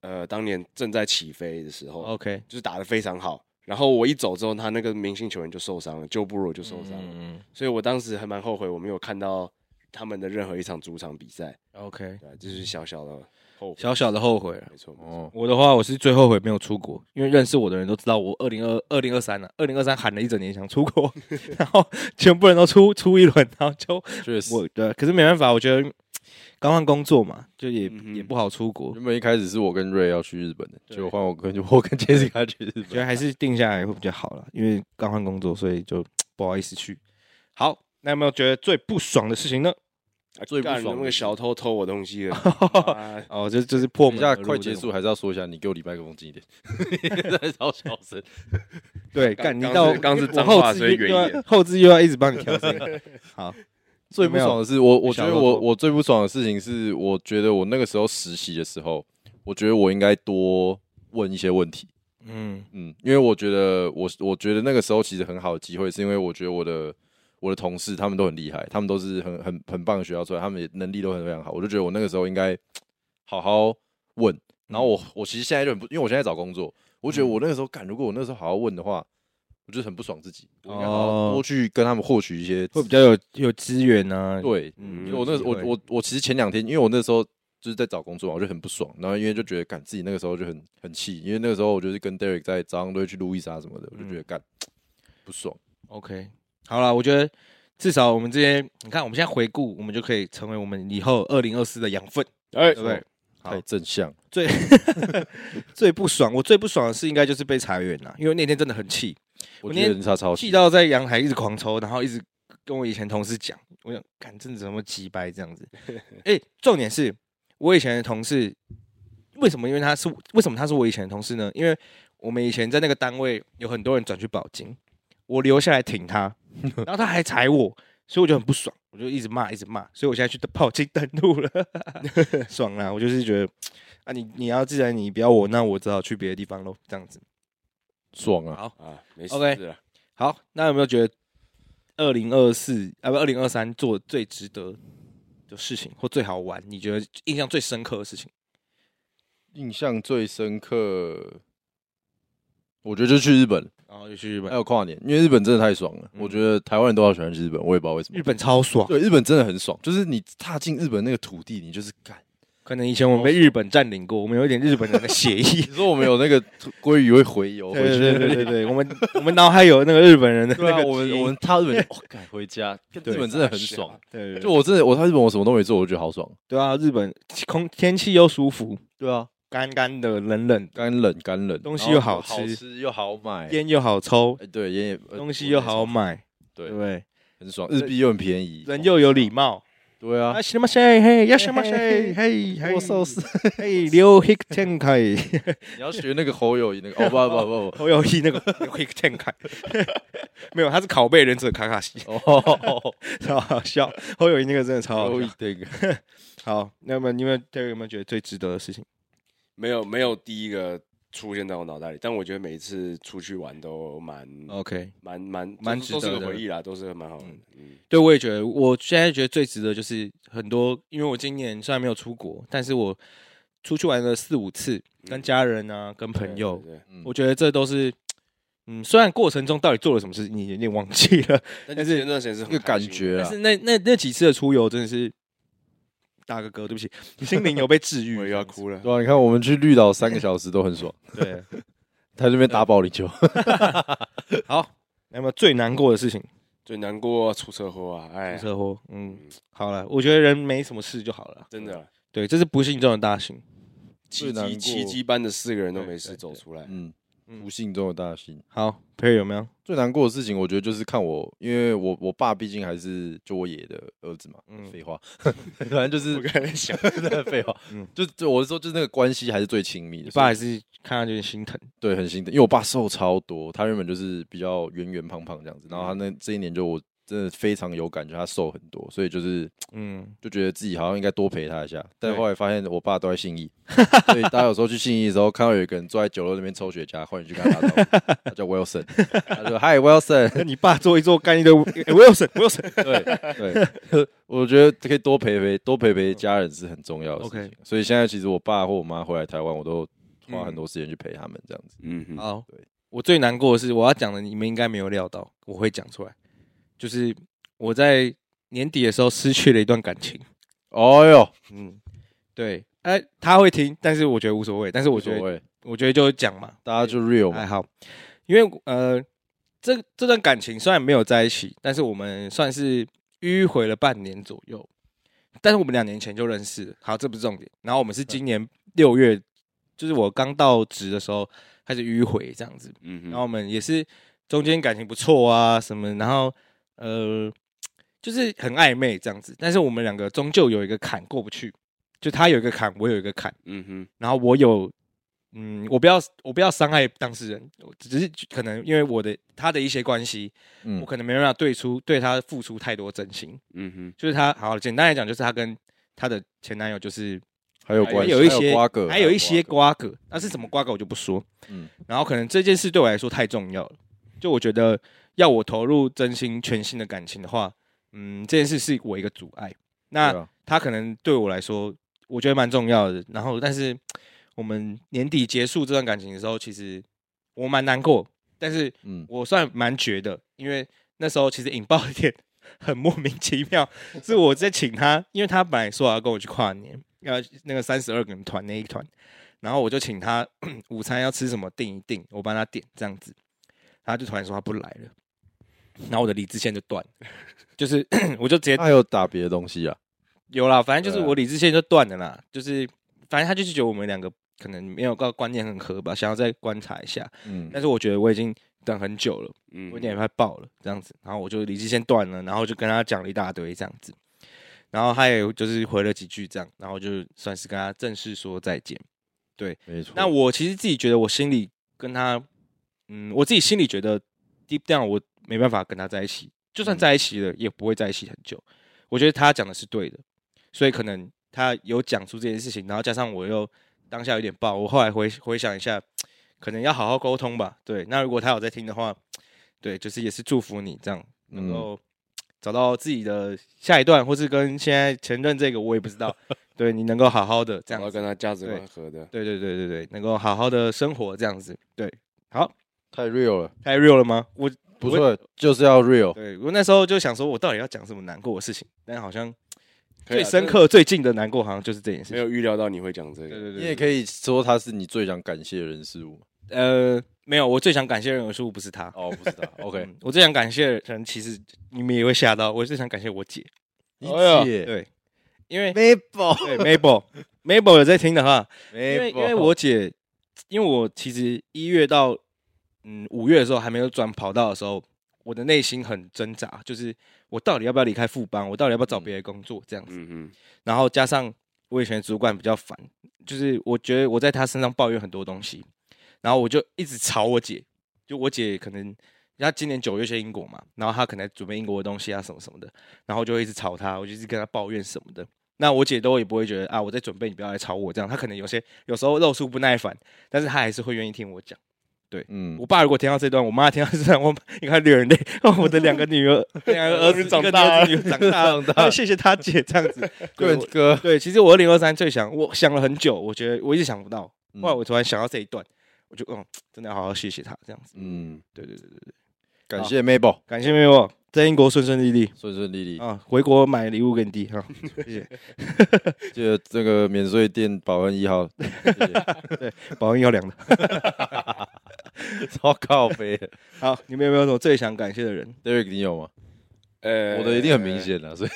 Speaker 1: 呃，当年正在起飞的时候，
Speaker 2: OK，
Speaker 1: 就是打得非常好。然后我一走之后，他那个明星球员就受伤了，就布鲁就受伤了，
Speaker 2: 嗯
Speaker 1: 所以我当时还蛮后悔我没有看到他们的任何一场主场比赛，
Speaker 2: ，OK，
Speaker 1: 对啊、这是小小的后悔，
Speaker 2: 嗯小小的后悔了。
Speaker 1: 没错，没错
Speaker 3: 哦，
Speaker 2: 我的话，我是最后悔没有出国，因为认识我的人都知道，我二零二二零二三了，啊二零二三喊了一整年想出 国，然后全部人都出出一轮，然后就
Speaker 3: 确实，
Speaker 2: 我对，可是没办法，我觉得刚换工作嘛，就也、
Speaker 1: 嗯哼
Speaker 2: 也不好出国，
Speaker 3: 原本一开始是我跟瑞要去日本的，
Speaker 2: 对
Speaker 3: 结果换我跟 我跟 Jessica 去日
Speaker 2: 觉得
Speaker 3: 本。
Speaker 2: 还是定下来会比较好了，因为刚换工作，所以就不好意思去。好，那有没有觉得最不爽的事情呢？
Speaker 1: 啊
Speaker 3: 最不
Speaker 1: 干
Speaker 3: 爽
Speaker 1: 那
Speaker 3: 的
Speaker 1: 个
Speaker 3: 是
Speaker 1: 小偷偷我东 西了哎妈，
Speaker 2: 哦，就就是破
Speaker 3: 等
Speaker 2: 门
Speaker 3: 一下
Speaker 2: 而入
Speaker 3: 快
Speaker 2: 这
Speaker 3: 结
Speaker 2: 种
Speaker 3: 束，还是要说一下，你给我离麦克风近 一点，在超小声。
Speaker 2: 对，
Speaker 1: 刚
Speaker 2: 干你
Speaker 1: 刚
Speaker 2: 到
Speaker 1: 是刚是
Speaker 2: 我
Speaker 1: 脏
Speaker 2: 后
Speaker 1: 话
Speaker 2: 置
Speaker 1: 所以
Speaker 2: 又
Speaker 1: 远一
Speaker 2: 又要
Speaker 1: 点
Speaker 2: 后置又要一直帮你调整。 好，
Speaker 3: 最不爽的是，我我觉
Speaker 2: 小
Speaker 3: 得
Speaker 2: 漏
Speaker 3: 我
Speaker 2: 洞
Speaker 3: 我最不爽的事情是，我觉得我那个时候实习的时候，我觉得我应该多问一些问题。
Speaker 2: 嗯，
Speaker 3: 嗯，因为我觉得我我觉得那个时候其实很好的机会，是因为我觉得我的我的同事他们都很厉害，他们都是很很很棒的学校出来，他们也能力都很非常好。我就觉得我那个时候应该好好问。然后我我其实现在就很不，因为我现在找工作，我觉得我那个时候干，如果我那个时候好好问的话，我就很不爽自己，我应该好
Speaker 2: 哦
Speaker 3: 好多去跟他们获取一些
Speaker 2: 会比较有有资源呢。
Speaker 3: 对
Speaker 2: 嗯
Speaker 3: 因
Speaker 1: 有
Speaker 3: 为我那时候我我我其实前两天，因为我那时候就是在找工作嘛，我就很不爽，然后因为就觉得干自己那个时候就很很气，因为那个时候我就是跟 Derek 在早上都会去路易莎什么的，我
Speaker 2: 嗯
Speaker 3: 就觉得干不爽。
Speaker 2: OK，好了，我觉得至少我们这些，你看我们现在回顾，我们就可以成为我们以后二零二四的养分。
Speaker 1: 哎，
Speaker 2: 对不对？好
Speaker 3: 太正向，
Speaker 2: 最最不爽，我最不爽的是应该就是被裁员了，因为那天真的很气，
Speaker 3: 我
Speaker 2: 我
Speaker 3: 觉
Speaker 2: 那
Speaker 3: 得
Speaker 2: 天
Speaker 3: 人差超
Speaker 2: 气
Speaker 3: 气。
Speaker 2: 到在阳台一直狂抽，然后一直跟我以前同事讲，我想干这怎么鸡掰这样子。哎、重点是我以前的同事，为什么？因为他是为什么他是我以前的同事呢？因为我们以前在那个单位有很多人转去保金，我留下来挺他，然后他还踩我，所以我就很不爽，我就一直骂，一直骂，所以我现在去跑进登 录了，爽啦！我就是觉得啊，你你要既然你不要我，那我只好去别的地方喽，这样子。
Speaker 3: 爽啊！
Speaker 1: 啊，没事
Speaker 2: OK
Speaker 1: 了
Speaker 2: 好，那有没有觉得二零二四啊不二零二三做最值得的事情或最好玩？你觉得印象最深刻的事情？
Speaker 3: 印象最深刻，我觉得就是去日本，
Speaker 2: 然后就去日
Speaker 3: 还
Speaker 2: 本，
Speaker 3: 有跨年，因为日本真的太爽了。
Speaker 2: 嗯
Speaker 3: 我觉得台湾人都好喜欢去日本，我也不知道为什么
Speaker 2: 日。本超爽。
Speaker 3: 对，日本真的很爽，就是你踏进日本那个土地，你就是干。
Speaker 2: 可能以前我们被日本占领过，我们有一点日本人的血
Speaker 3: 你
Speaker 2: 意。
Speaker 3: 说我们有那个鲑鱼会回游回
Speaker 2: 对
Speaker 3: 去，
Speaker 2: 对对对对，我们我们脑海有那个日本人的
Speaker 3: 对
Speaker 2: 那
Speaker 3: 啊，
Speaker 2: 个
Speaker 3: 我
Speaker 2: 基
Speaker 3: 们
Speaker 2: 因
Speaker 3: 我们踏日本就，哦，赶回 家，日
Speaker 2: 对
Speaker 3: 本真的很爽。
Speaker 2: 对对
Speaker 3: 就
Speaker 2: 对
Speaker 3: 我真的，我踏日本，我什么都没做，我就觉得好爽。
Speaker 2: 对啊，日本空天气又舒服，
Speaker 3: 对啊，
Speaker 2: 干干的冷冷，
Speaker 3: 干冷干冷，
Speaker 2: 东西
Speaker 3: 然后
Speaker 2: 又好
Speaker 3: 好
Speaker 2: 吃
Speaker 3: 吃又好买，
Speaker 2: 烟又好抽，
Speaker 3: 哎对，烟也呃
Speaker 2: 东西又好买，
Speaker 3: 对
Speaker 2: 对不对？
Speaker 3: 很爽，日币又很便宜，
Speaker 2: 人又有礼貌。
Speaker 3: 对啊
Speaker 2: 啊，，什么谁？嘿，要什么谁？嘿，嘿， 司，嘿，刘 Hick 天开，
Speaker 3: 你要学那个侯友谊那个，哦不不不不
Speaker 2: 侯友谊那个刘 Hick 天开， 没有，他是拷贝忍者卡卡 西，
Speaker 3: 不，哦，
Speaker 2: 超好笑。侯友谊那个真的超好
Speaker 3: 有
Speaker 2: 笑
Speaker 3: 一。点，
Speaker 2: 好，那么你们 d e r 有没有觉得最值得的事情？
Speaker 1: 没有没有第一个出现在我脑袋里，但我觉得每一次出去玩都蛮
Speaker 2: OK，
Speaker 1: 蛮蛮
Speaker 2: 哦蛮
Speaker 1: 都
Speaker 2: 值
Speaker 1: 是
Speaker 2: 得
Speaker 1: 都
Speaker 2: 的
Speaker 1: 是个回忆啦，都是蛮好玩的。嗯，
Speaker 2: 对我也觉得，我现在觉得最值得就是很多，因为我今年虽然没有出国，但是我出去玩了四五次，跟家人啊，跟朋友，
Speaker 1: 对对对
Speaker 3: 嗯
Speaker 2: 我觉得这都是，嗯，虽然过程中到底做了什么事，你有点忘记 了。
Speaker 1: 但是那段时间是
Speaker 3: 那个
Speaker 1: 很
Speaker 3: 感
Speaker 1: 开心的
Speaker 3: 觉
Speaker 2: 但
Speaker 3: 啊
Speaker 2: 是，那那那几次的出游真的是，大哥哥，对不 起，心灵有被治愈，
Speaker 1: 我又要哭了。
Speaker 3: 对啊，你看我们去绿岛三个小时都很 爽，
Speaker 2: 这样子。
Speaker 3: 在那边打保龄球，
Speaker 2: 对，好，那么最难过的事情，
Speaker 1: 最难过出车祸啊，哎
Speaker 2: 出，车祸。嗯
Speaker 1: 嗯，
Speaker 2: 好了，我觉得人没什么事就好了。
Speaker 1: 真的啊
Speaker 2: 对，这是不幸中的大幸。
Speaker 1: 奇
Speaker 3: 最难
Speaker 1: 迹奇
Speaker 3: 过
Speaker 1: 迹般的四个人都
Speaker 2: 对
Speaker 1: 没
Speaker 2: 对
Speaker 1: 事走出来。
Speaker 3: 嗯，
Speaker 2: 嗯
Speaker 3: 不幸中的大幸。
Speaker 2: 好 p e r 有没有？
Speaker 3: 最难过的事情，我觉得就是看我，因为我我爸毕竟还是就我爷的儿子嘛
Speaker 2: 嗯，
Speaker 3: 废、话， 反正就是
Speaker 1: 我刚才在想，
Speaker 3: 在 废话，
Speaker 2: 嗯
Speaker 3: 就就我是说，就是那个关系还是最亲密的。
Speaker 2: 爸
Speaker 3: 所以
Speaker 2: 还是看到有点心疼。
Speaker 3: 对，很心疼，因为我爸瘦超多，他原本就是比较圆圆胖胖这样子，然后他
Speaker 2: 嗯
Speaker 3: 那这一年就我真的非常有感觉，他瘦很多，所以就是
Speaker 2: 嗯，
Speaker 3: 就觉得自己好像应该多陪他一下，但
Speaker 2: 对
Speaker 3: 后来发现我爸都在信义， 所以大家有时候去信义的时候，看到有一个人坐在酒楼那边抽雪茄，欢迎去跟他打招呼，他叫 Wilson，他说 Hi Wilson，
Speaker 2: 那你爸做一做干一堆 哎 Wilson，Wilson。
Speaker 3: 对对，我觉得可以多陪陪多陪陪家人是很重要的事情。
Speaker 2: 嗯 OK 嗯
Speaker 3: 所以现在其实我爸或我妈回来台湾，我都花很多时间去陪他们这样子。
Speaker 1: 嗯，
Speaker 2: 好
Speaker 3: 对，
Speaker 2: 我最难过的是我要讲的，你们应该没有料到，我会讲出来。就是我在年底的时候失去了一段感情。
Speaker 3: 哦哟，
Speaker 2: 嗯，对，哎、他会听，但是我觉得无所谓。但是我
Speaker 3: 无
Speaker 2: 觉
Speaker 3: 所
Speaker 2: 得，哎
Speaker 3: 谓，
Speaker 2: 我觉得就讲嘛，
Speaker 3: 大家就 real
Speaker 2: 还
Speaker 3: 嘛。
Speaker 2: 好，因为呃，这这段感情虽然没有在一起，但是我们算是迂回了半年左右。但是我们两年前就认识了，好，这不是重点。然后我们是今年六月，就是我刚到职的时候开始迂回这样子。
Speaker 1: 嗯
Speaker 2: 然后我们也是中间感情不错啊什么，然后呃，就是很暧昧这样子。但是我们两个终究有一个坎过不去，就他有一个坎，我有一个坎，
Speaker 1: 嗯哼，
Speaker 2: 然后我有，嗯，我不要我不要伤害当事人，我只是可能因为我的他的一些关系，
Speaker 3: 嗯
Speaker 2: 我可能没办法对出对他付出太多真心。
Speaker 1: 嗯哼，
Speaker 2: 就是他好，简单来讲，就是他跟他的前男友就是
Speaker 3: 还有
Speaker 1: 还
Speaker 3: 关系，
Speaker 2: 有一些
Speaker 3: 瓜葛，
Speaker 2: 还有一些
Speaker 3: 呃瓜葛
Speaker 2: 瓜葛，那是什么瓜葛我就不说。
Speaker 3: 嗯
Speaker 2: 然后可能这件事对我来说太重要了，就我觉得要我投入真心全心的感情的话，嗯，这件事是我一个阻碍。
Speaker 3: 对
Speaker 2: 那
Speaker 3: 啊
Speaker 2: 他可能对我来说，我觉得蛮重要的。然后，但是我们年底结束这段感情的时候，其实我蛮难过，但是
Speaker 3: 嗯，
Speaker 2: 我算蛮绝的，因为那时候其实引爆一点很莫名其 妙，是我在请他，因为他本来说要跟我去跨年，要那个三十二个人团那一团，然后我就请他 午餐要吃什么定一定，我帮他点这样子，他就突然说他不来了，然后我的理智线就断了，就是 我就直接
Speaker 3: 他还有打别的东西啊，
Speaker 2: 有啦，反正就是
Speaker 3: 对啊
Speaker 2: 我理智线就断了啦，就是反正他就是觉得我们两个可能没有个观念很合吧，想要再观察一下，
Speaker 3: 嗯
Speaker 2: 但是我觉得我已经等很久了。
Speaker 1: 嗯，
Speaker 2: 我有点快爆了这样子，然后我就理智线断了，然后就跟他讲了一大堆这样子，然后他也就是回了几句这样，然后就算是跟他正式说再见。
Speaker 3: 没错。
Speaker 2: 那我其实自己觉得我心里跟他，嗯，我自己心里觉得 deep down 我没办法跟他在一起，就算在一起了也不会在一起很久。我觉得他讲的是对的，所以可能他有讲出这件事情，然后加上我又当下有点爆，我后来回回想一下，可能要好好沟通吧。对，那如果他有在听的话，对，就是也是祝福你这样能
Speaker 3: 嗯
Speaker 2: 够找到自己的下一段，或是跟现在前任这个我也不知道，对你能够好好的这
Speaker 1: 然
Speaker 2: 样
Speaker 1: 后
Speaker 2: 子
Speaker 1: 跟他价值观
Speaker 2: 对
Speaker 1: 合的，
Speaker 2: 对对对对对，能够好好的生活这样子。对，好，
Speaker 3: 太 real 了，
Speaker 2: 太 real 了吗？我
Speaker 3: 不错，就是要 real。
Speaker 2: 对我那时候就想说，我到底要讲什么难过的事情？但好像
Speaker 1: 可以
Speaker 2: 最
Speaker 1: 啊
Speaker 2: 深，刻、最近的难过，好像就是这件
Speaker 1: 这
Speaker 2: 事
Speaker 1: 没
Speaker 2: 情。
Speaker 1: 有预料到你会讲这
Speaker 2: 对
Speaker 1: 个，
Speaker 2: 对对，
Speaker 3: 你也
Speaker 2: 以。
Speaker 3: 可以说他是你最想感谢的人事物。
Speaker 2: 呃，没有，我最想感谢的人事物不是他。
Speaker 3: 哦，不是他，OK，
Speaker 2: 嗯我最想感谢的人，其实你们也会吓到。我最想感谢我姐，
Speaker 3: 你
Speaker 1: 哎
Speaker 3: 姐
Speaker 2: 对，因为
Speaker 3: Mabel，
Speaker 2: 对 Mabel Mabel 有在听的话，因为
Speaker 3: Mabel
Speaker 2: 因为我姐，因为我其实一月到嗯五月的时候还没有转跑道的时候，我的内心很挣扎，就是我到底要不要离开副班，我到底要不要找别的工作这样子。
Speaker 1: 嗯
Speaker 2: 然后加上我以前的主管比较烦，就是我觉得我在他身上抱怨很多东西，然后我就一直吵我姐，就我姐可能她今年九月去英国嘛，然后她可能准备英国的东西啊什么什么的，然后就一直吵她，我就一直跟她抱怨什么的。那我姐都也不会觉得啊，我在准备，你不要来吵我这样。她可能有些有时候露出不耐烦，但是她还是会愿意听我讲。
Speaker 3: 嗯
Speaker 2: 我，爸如果听到这段，我妈听到这段，我应该流眼泪。 哦，我的两个女儿， 两个儿子
Speaker 3: 长
Speaker 2: 一个
Speaker 3: 大
Speaker 2: 女儿长大了，谢谢她姐这样子。 对
Speaker 3: 棍
Speaker 2: 我
Speaker 3: 哥，
Speaker 2: 对，其实我二零二三最想，我想了很久，我觉得我一直想不到，
Speaker 3: 嗯
Speaker 2: 后来我突然想到这一段，我就嗯，真的要好好谢谢他这样子。
Speaker 3: 嗯，
Speaker 2: 对对对对对，
Speaker 3: 感谢 Mabel，
Speaker 2: 感谢妹妹，在英国顺顺利利
Speaker 3: 顺顺利利。
Speaker 2: 啊，回国买礼物给你弟 哈、谢谢，
Speaker 3: 记得这个免税店保安一号， 谢谢
Speaker 2: 保温要凉的。
Speaker 3: 超靠背的。
Speaker 2: 好，你们有没有什么最想感谢的人？
Speaker 3: Derek，你有吗？
Speaker 1: 哼，呃，
Speaker 3: 我的一定很明。显了，所以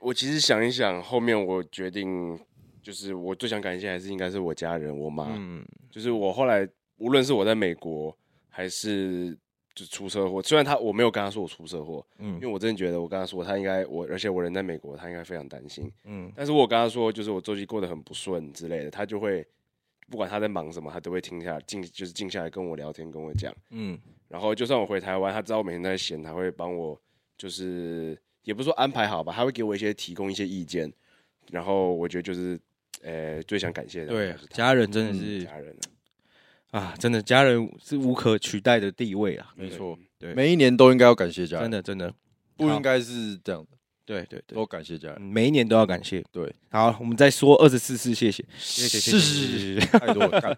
Speaker 1: 我其实想一想，后面我决定，就是我最想感谢还是应该是我家人，我妈。
Speaker 2: 嗯，
Speaker 1: 就是我后来，无论是我在美国还是就出车祸，虽然他我没有跟他说我出车祸，
Speaker 2: 嗯
Speaker 1: 嗯，因为我真的觉得我跟他说他应该我，而且我人在美国，他应该非常担心。
Speaker 2: 嗯
Speaker 1: 嗯，但是我跟他说就是我最近过得很不顺之类的，他就会不管他在忙什么，他都会停下静就是静下来跟我聊天，跟我讲。
Speaker 2: 嗯
Speaker 1: 然后就算我回台湾，他知道我每天都在闲，他会帮我，就是也不是说安排好吧，他会给我一些提供一些意见。然后我觉得就是，呃，最想感谢的
Speaker 2: 对
Speaker 1: 就是，他
Speaker 2: 家人真的
Speaker 1: 嗯
Speaker 2: 是、
Speaker 1: 家人啊，
Speaker 2: 啊，真的家人是无可取代的地位啊，
Speaker 3: 没错，
Speaker 2: 对
Speaker 3: 每一年都应该要感谢家
Speaker 2: 真
Speaker 3: 人，
Speaker 2: 的真的，
Speaker 3: 不应该是这样的，
Speaker 2: 对对对
Speaker 3: 啊都。感谢家
Speaker 2: 嗯
Speaker 3: 人，
Speaker 2: 每一年都要感谢，
Speaker 3: 对，
Speaker 2: 好，我们再说二十四次谢谢，谢谢，
Speaker 3: 是是是，太 多了。干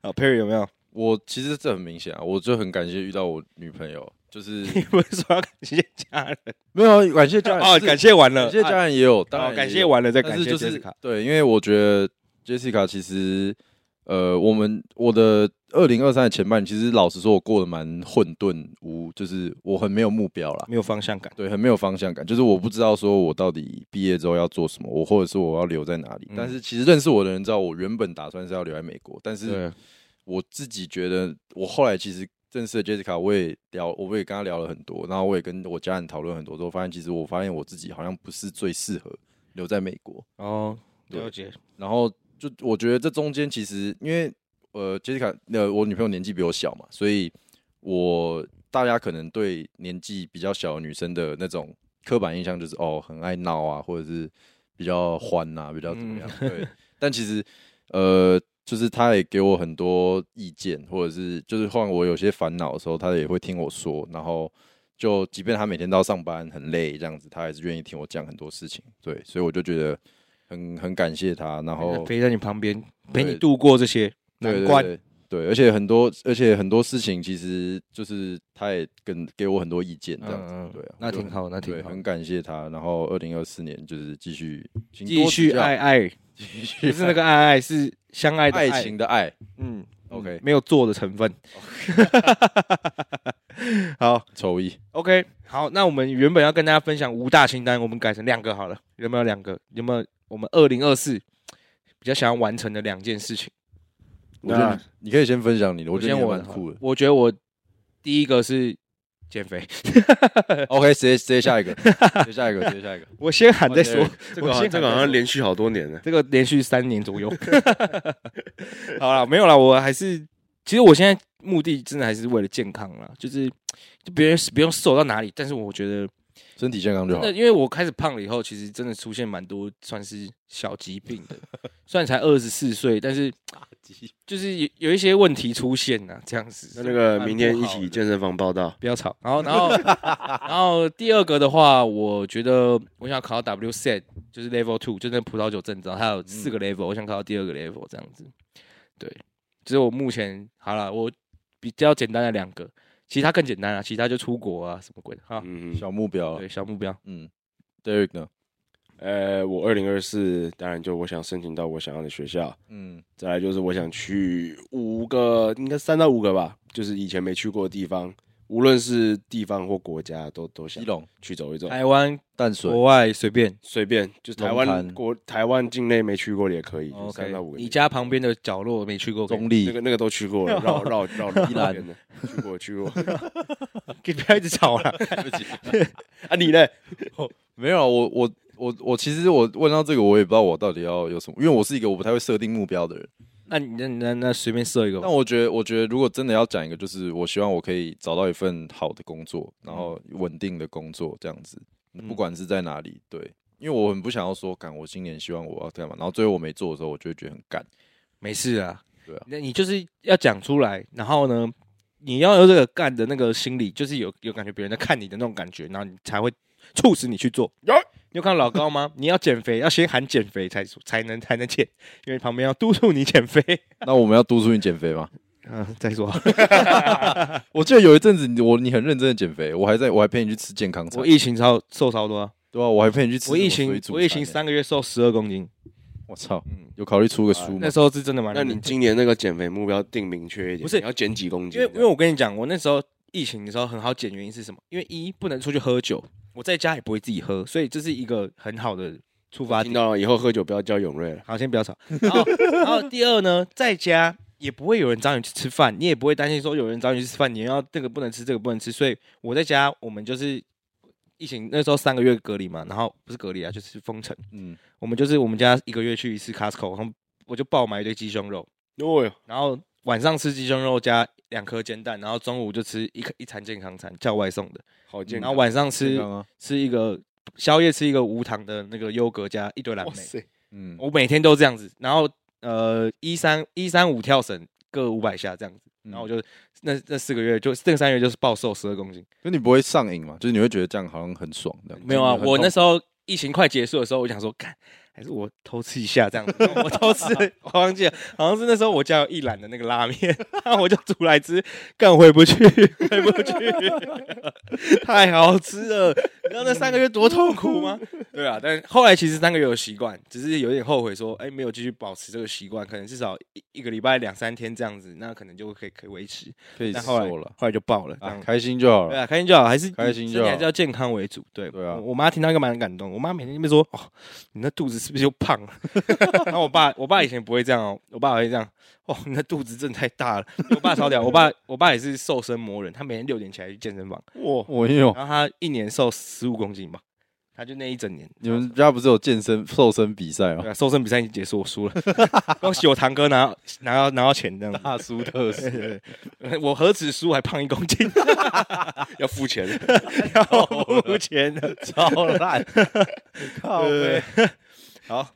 Speaker 2: 啊，Perry 有没有？
Speaker 3: 我其实这很明显啊，我就很感谢遇到我女朋友， 就是
Speaker 2: 你不是说要感谢家人？
Speaker 3: 没有啊感谢家人
Speaker 2: 哦，
Speaker 3: 是
Speaker 2: 感谢完了，
Speaker 3: 感谢家人也有，当然
Speaker 2: 哦，
Speaker 3: 也
Speaker 2: 感谢
Speaker 3: 有啊
Speaker 2: 完了再
Speaker 3: 但
Speaker 2: 感
Speaker 3: 是
Speaker 2: 谢
Speaker 3: 就
Speaker 2: j e
Speaker 3: 是
Speaker 2: s
Speaker 3: 对，因为我觉得 Jessica 其实，呃，我们我的二零二三的前半，其实老实说，我过得蛮混沌无，就是我很没有目标啦，
Speaker 2: 没有方向感。
Speaker 3: 对，很没有方向感，就是我不知道说我到底毕业之后要做什么，我或者是我要留在哪里。
Speaker 2: 嗯
Speaker 3: 但是其实认识我的人知道，我原本打算是要留在美国，但是
Speaker 2: 对，
Speaker 3: 我自己觉得，我后来其实认识了 Jessica，我也聊，我也跟她聊了很多，然后我也跟我家人讨论很多，之后发现其实我发现我自己好像不是最适合留在美国。
Speaker 2: 哦，
Speaker 3: 对
Speaker 2: 了解，
Speaker 3: 然后就我觉得这中间其实因为呃，Jessica 呃，我女朋友年纪比我小嘛，所以我大家可能对年纪比较小的女生的那种刻板印象就是哦，很爱闹啊，或者是比较欢呐、啊，比较怎么样？对， 但其实呃。就是她也给我很多意见，或者是就是换我有些烦恼的时候，她也会听我说。然后就即便她每天都要上班很累这样子，她还是愿意听我讲很多事情。对，所以我就觉得很很感谢她。然后
Speaker 2: 陪在你旁边，陪你
Speaker 3: 对
Speaker 2: 度过这些
Speaker 3: 对
Speaker 2: 难
Speaker 3: 对
Speaker 2: 关。
Speaker 3: 对对，而且很多，而且很多事情，其实就是他也跟给我很多意见，这样子，
Speaker 2: 嗯嗯
Speaker 3: 对啊，
Speaker 2: 那
Speaker 3: 我就
Speaker 2: 挺好那挺
Speaker 3: 对
Speaker 2: 好
Speaker 3: 很感谢他。然后二零二四年就是继续，请多
Speaker 2: 继续
Speaker 3: 指教
Speaker 2: 爱，爱，
Speaker 3: 继续
Speaker 2: 不是那个爱爱，是相爱的
Speaker 3: 爱情的爱。
Speaker 2: 嗯
Speaker 3: OK
Speaker 2: 没有做的成分。 好
Speaker 3: 抽一，
Speaker 2: ，OK，好，那我们原本要跟大家分享五大清单，我们改成两个好了，有没有两个？有没有我们二零二四比较想要完成的两件事情？
Speaker 3: 我觉得
Speaker 2: 那
Speaker 3: 你你可以先分享你的，我觉得
Speaker 2: 先
Speaker 3: 你的
Speaker 2: 我
Speaker 3: 蛮酷的。
Speaker 2: 我觉得我第一个是减肥，
Speaker 3: OK，直接直接下 一个，直接下一个，直接下一个。
Speaker 2: 我先喊再
Speaker 3: 哦
Speaker 2: 说。
Speaker 1: 这
Speaker 2: 我
Speaker 1: 个好
Speaker 2: 先
Speaker 1: 这个
Speaker 2: 喊
Speaker 1: 好像
Speaker 2: 再说
Speaker 1: 连续好多年了。
Speaker 2: 这个连续三年左右。 好了，没有了，我还是其实我现在目的真的还是为了健康啦，就是就别人不用瘦到哪里，但是我觉得
Speaker 3: 身体健康就
Speaker 2: 真
Speaker 3: 好
Speaker 1: 啊
Speaker 3: 嗯
Speaker 2: 的，。因为我开始胖了以后，其实真的出现蛮多算是小疾病 的，虽然才二十四岁，但是就是有有一些问题出现呐、这样子。
Speaker 1: 那那个
Speaker 2: 蛮
Speaker 1: 明天
Speaker 2: 不
Speaker 1: 一
Speaker 2: 好
Speaker 1: 起
Speaker 2: 的
Speaker 1: 健身房报道。
Speaker 2: 不要吵。然 后，然后，然后第二个的话，我觉得我想考到 WSET，就是 Level Two，就是那葡萄酒证照，它有
Speaker 1: 嗯
Speaker 2: 四个 level，、我想考到第二个 level 这样子。对，这是我目前好了，我比较简单的两个，其他更简单啊，其他就出国啊什么鬼的哈。
Speaker 1: 嗯，
Speaker 3: 小目标啊
Speaker 2: 对，，小目标。
Speaker 3: 嗯，Derek 呢？
Speaker 1: 呃，我二零二四当然就我想申请到我想要的学校，
Speaker 3: 嗯，
Speaker 1: 再来就是我想去五个，应该三到五个吧，就是以前没去过的地方，无论是地方或国家都都想
Speaker 3: 基隆、
Speaker 1: 去走一走，
Speaker 2: 台湾、
Speaker 3: 淡水，
Speaker 2: 国外随便。
Speaker 1: 随便就是台
Speaker 3: 龙
Speaker 1: 湾
Speaker 3: 潭
Speaker 1: 国台湾境内没去过的也可以，就三
Speaker 2: OK，
Speaker 1: 到五个地方。
Speaker 2: 你家旁边的角落没去过，
Speaker 3: 中
Speaker 1: 那
Speaker 3: 立，
Speaker 1: 个那个都去过了，绕绕绕绕
Speaker 3: 宜兰
Speaker 1: 边的去过去过
Speaker 2: 可以不要一直吵了。
Speaker 3: 对不起。
Speaker 1: 啊，你嘞？
Speaker 3: 没有啊，我我我我其实我问到这个，我也不知道我到底要有什么，因为我是一个我不太会设定目标的人。
Speaker 2: 那你那那那随便设一个吧
Speaker 3: 但。我觉得，我觉得如果真的要讲一个，就是我希望我可以找到一份好的工作，
Speaker 2: 嗯
Speaker 3: 然后稳定的工作这样子，不管是在哪里，对，因为我很不想要说，干，我今年希望我要干嘛，然后最后我没做的时候，我就会觉得很干。
Speaker 2: 没事啊，
Speaker 3: 对啊
Speaker 2: 那你就是要讲出来，然后呢，你要有这个干的那个心理，就是有有感觉别人在看你的那种感觉，然后你才会促使你去做。
Speaker 1: 有
Speaker 2: 你有看到老高吗？你要减肥，要先喊减肥才才能才能减，因为旁边要督促你减肥。
Speaker 3: 那我们要督促你减 肥吗？
Speaker 2: 嗯、再说，
Speaker 3: 我记得有一阵子你我你很认真的减肥，我还在我还陪你去吃健康 餐
Speaker 2: 我，疫情超瘦超多、啊，
Speaker 3: 对啊，我还陪你去吃
Speaker 2: 我疫
Speaker 3: 什么
Speaker 2: 情
Speaker 3: 水煮
Speaker 2: 我疫
Speaker 3: 餐
Speaker 2: 情
Speaker 3: 欸，
Speaker 2: 三个月瘦十二公斤，
Speaker 3: 我操
Speaker 1: 嗯，
Speaker 3: 有考虑出个书吗
Speaker 2: 那？时候是真的蛮
Speaker 1: 那
Speaker 2: 认真
Speaker 1: 你今年那个减肥目标定明确一点，
Speaker 2: 不是
Speaker 1: 你要减几公斤
Speaker 2: 因为？因为我跟你讲，我那时候疫情的时候很好减，原因是什么？因为一不能出去喝酒，我在家也不会自己喝，所以这是一个很好的出发点
Speaker 1: 听。到了以后喝酒不要叫永瑞了。
Speaker 2: 好，先不要吵。然后，然后第二呢，在家也不会有人找你去吃饭，你也不会担心说有人找你去吃饭，你要这个不能吃，这个不能吃。所以我在家，我们就是疫情那时候三个月隔离嘛，然后不是隔离啊，就是封城。
Speaker 3: 嗯，
Speaker 2: 我们就是我们家一个月去一次 Costco，然后我就爆买一堆鸡胸肉，
Speaker 1: 哦哟，
Speaker 2: 然后晚上吃鸡胸肉加两颗煎蛋，然后中午就吃一颗一餐健康餐，叫外送的，
Speaker 1: 好健
Speaker 2: 然
Speaker 1: 康。
Speaker 2: 后晚上
Speaker 3: 健
Speaker 2: 吃
Speaker 3: 康啊，
Speaker 2: 吃一个宵夜吃一个无糖的那个优格加一堆蓝
Speaker 1: 哇
Speaker 2: 莓。
Speaker 1: 塞，
Speaker 3: 嗯，
Speaker 2: 我每天都这样子，然后呃一三一三五跳绳各五百下这样子，
Speaker 3: 嗯
Speaker 2: 然后我就那那四个月就这三个月就是暴瘦十二公斤，
Speaker 3: 就你不会上瘾嘛？就是你会觉得这样好像很爽这样。
Speaker 2: 没有啊，
Speaker 3: 就是很
Speaker 2: 我那
Speaker 3: 痛
Speaker 2: 时候疫情快结束的时候，我想说，干还是我偷吃一下这 样子，我偷吃， 我忘记了，好像是那时候我家有一篮的那个拉面， 然后我就煮来吃，干回不去， 回不去，太好吃了，你知道那三个月多痛苦 吗？对啊，但后来其实三个月有习惯，只是有点后悔说，哎、没有继续保持这个习惯，可能至少一一个礼拜两三天这样子，那可能就可以可以维持。
Speaker 3: 可以
Speaker 2: 但后来
Speaker 3: 瘦了，
Speaker 2: 后来就爆了，这
Speaker 3: 啊
Speaker 2: 样，
Speaker 3: 开心就好
Speaker 2: 对
Speaker 3: 了。
Speaker 2: 啊，开心就好，还是
Speaker 3: 开心就
Speaker 2: 身体还
Speaker 3: 好
Speaker 2: 是要健康为主。对，
Speaker 3: 对啊
Speaker 2: 我我妈听到应该蛮感动，我妈每天那边说：“哦，你那肚子是不是就胖 了？然后我爸，我爸以前不会这样哦，我爸会这样，哦，你的肚子真的太大了。因为我爸超屌，我爸我爸也是瘦身魔人，他每天六点起来去健身房，
Speaker 1: 哇，
Speaker 3: 我因为
Speaker 2: 然后他一年瘦十五公斤吧，他就那一整年。
Speaker 3: 你们家不是有健身 瘦身比赛
Speaker 2: 对
Speaker 3: 吗？
Speaker 2: 啊，瘦身比赛已经结束，我输了，恭喜我堂哥拿拿到拿到钱这样子。
Speaker 3: 大叔特
Speaker 2: 对
Speaker 3: 色，
Speaker 2: 对对，我何止输，还胖一公斤，
Speaker 1: 要付钱，
Speaker 2: 然后付钱 的。
Speaker 3: 超烂，靠
Speaker 2: 对
Speaker 3: 背。
Speaker 2: 好，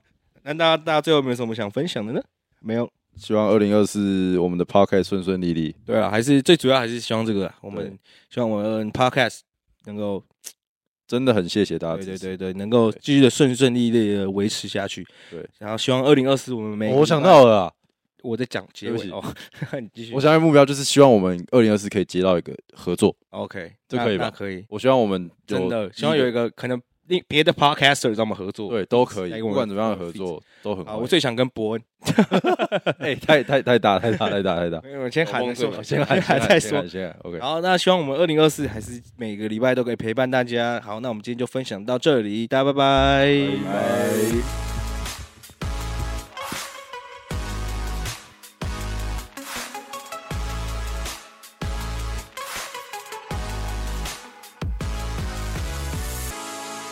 Speaker 2: 那大家大家最后有没有什么想分享的呢？没有。
Speaker 3: 希望二零二四我们的 podcast 顺顺利利。
Speaker 2: 对啊，还是最主要还是希望这个啊，我们
Speaker 3: 对
Speaker 2: 希望我们 podcast 能够
Speaker 3: 真的很谢谢大家
Speaker 2: 对
Speaker 3: 支
Speaker 2: 对
Speaker 3: 持。
Speaker 2: 对啊对，能够继续的顺顺利利的维持下去。
Speaker 3: 对，
Speaker 2: 然后希望二零二四我们每
Speaker 3: 哦我想到了啊，
Speaker 2: 我在讲结
Speaker 3: 对
Speaker 2: 尾
Speaker 3: 不
Speaker 2: 哦， 你继续
Speaker 3: 我想要的目标就是希望我们二零二四可以接到一个合作。
Speaker 2: OK，
Speaker 3: 这
Speaker 2: 那
Speaker 3: 可以吧
Speaker 2: 那可以，
Speaker 3: 我希望我们有
Speaker 2: 真的希望有一个可能另别的 podcaster 找我们合作。
Speaker 3: 对都可
Speaker 2: 来
Speaker 3: 以，
Speaker 2: 哎给我们
Speaker 3: 不管怎么样的合作都很
Speaker 2: 啊，
Speaker 3: 好。
Speaker 2: 我最想跟伯恩，
Speaker 3: 哎太太太大太大太大 太大，
Speaker 2: 没有，我先喊
Speaker 1: 我
Speaker 2: 再
Speaker 1: 忘
Speaker 2: 说
Speaker 1: 记，了
Speaker 2: 先喊喊再
Speaker 3: 先
Speaker 2: 说
Speaker 3: 喊。先喊 OK，
Speaker 2: 然后那希望我们二零二四还是每个礼拜都可以陪伴大家。好，那我们今天就分享到这里，大家拜拜。
Speaker 3: 拜。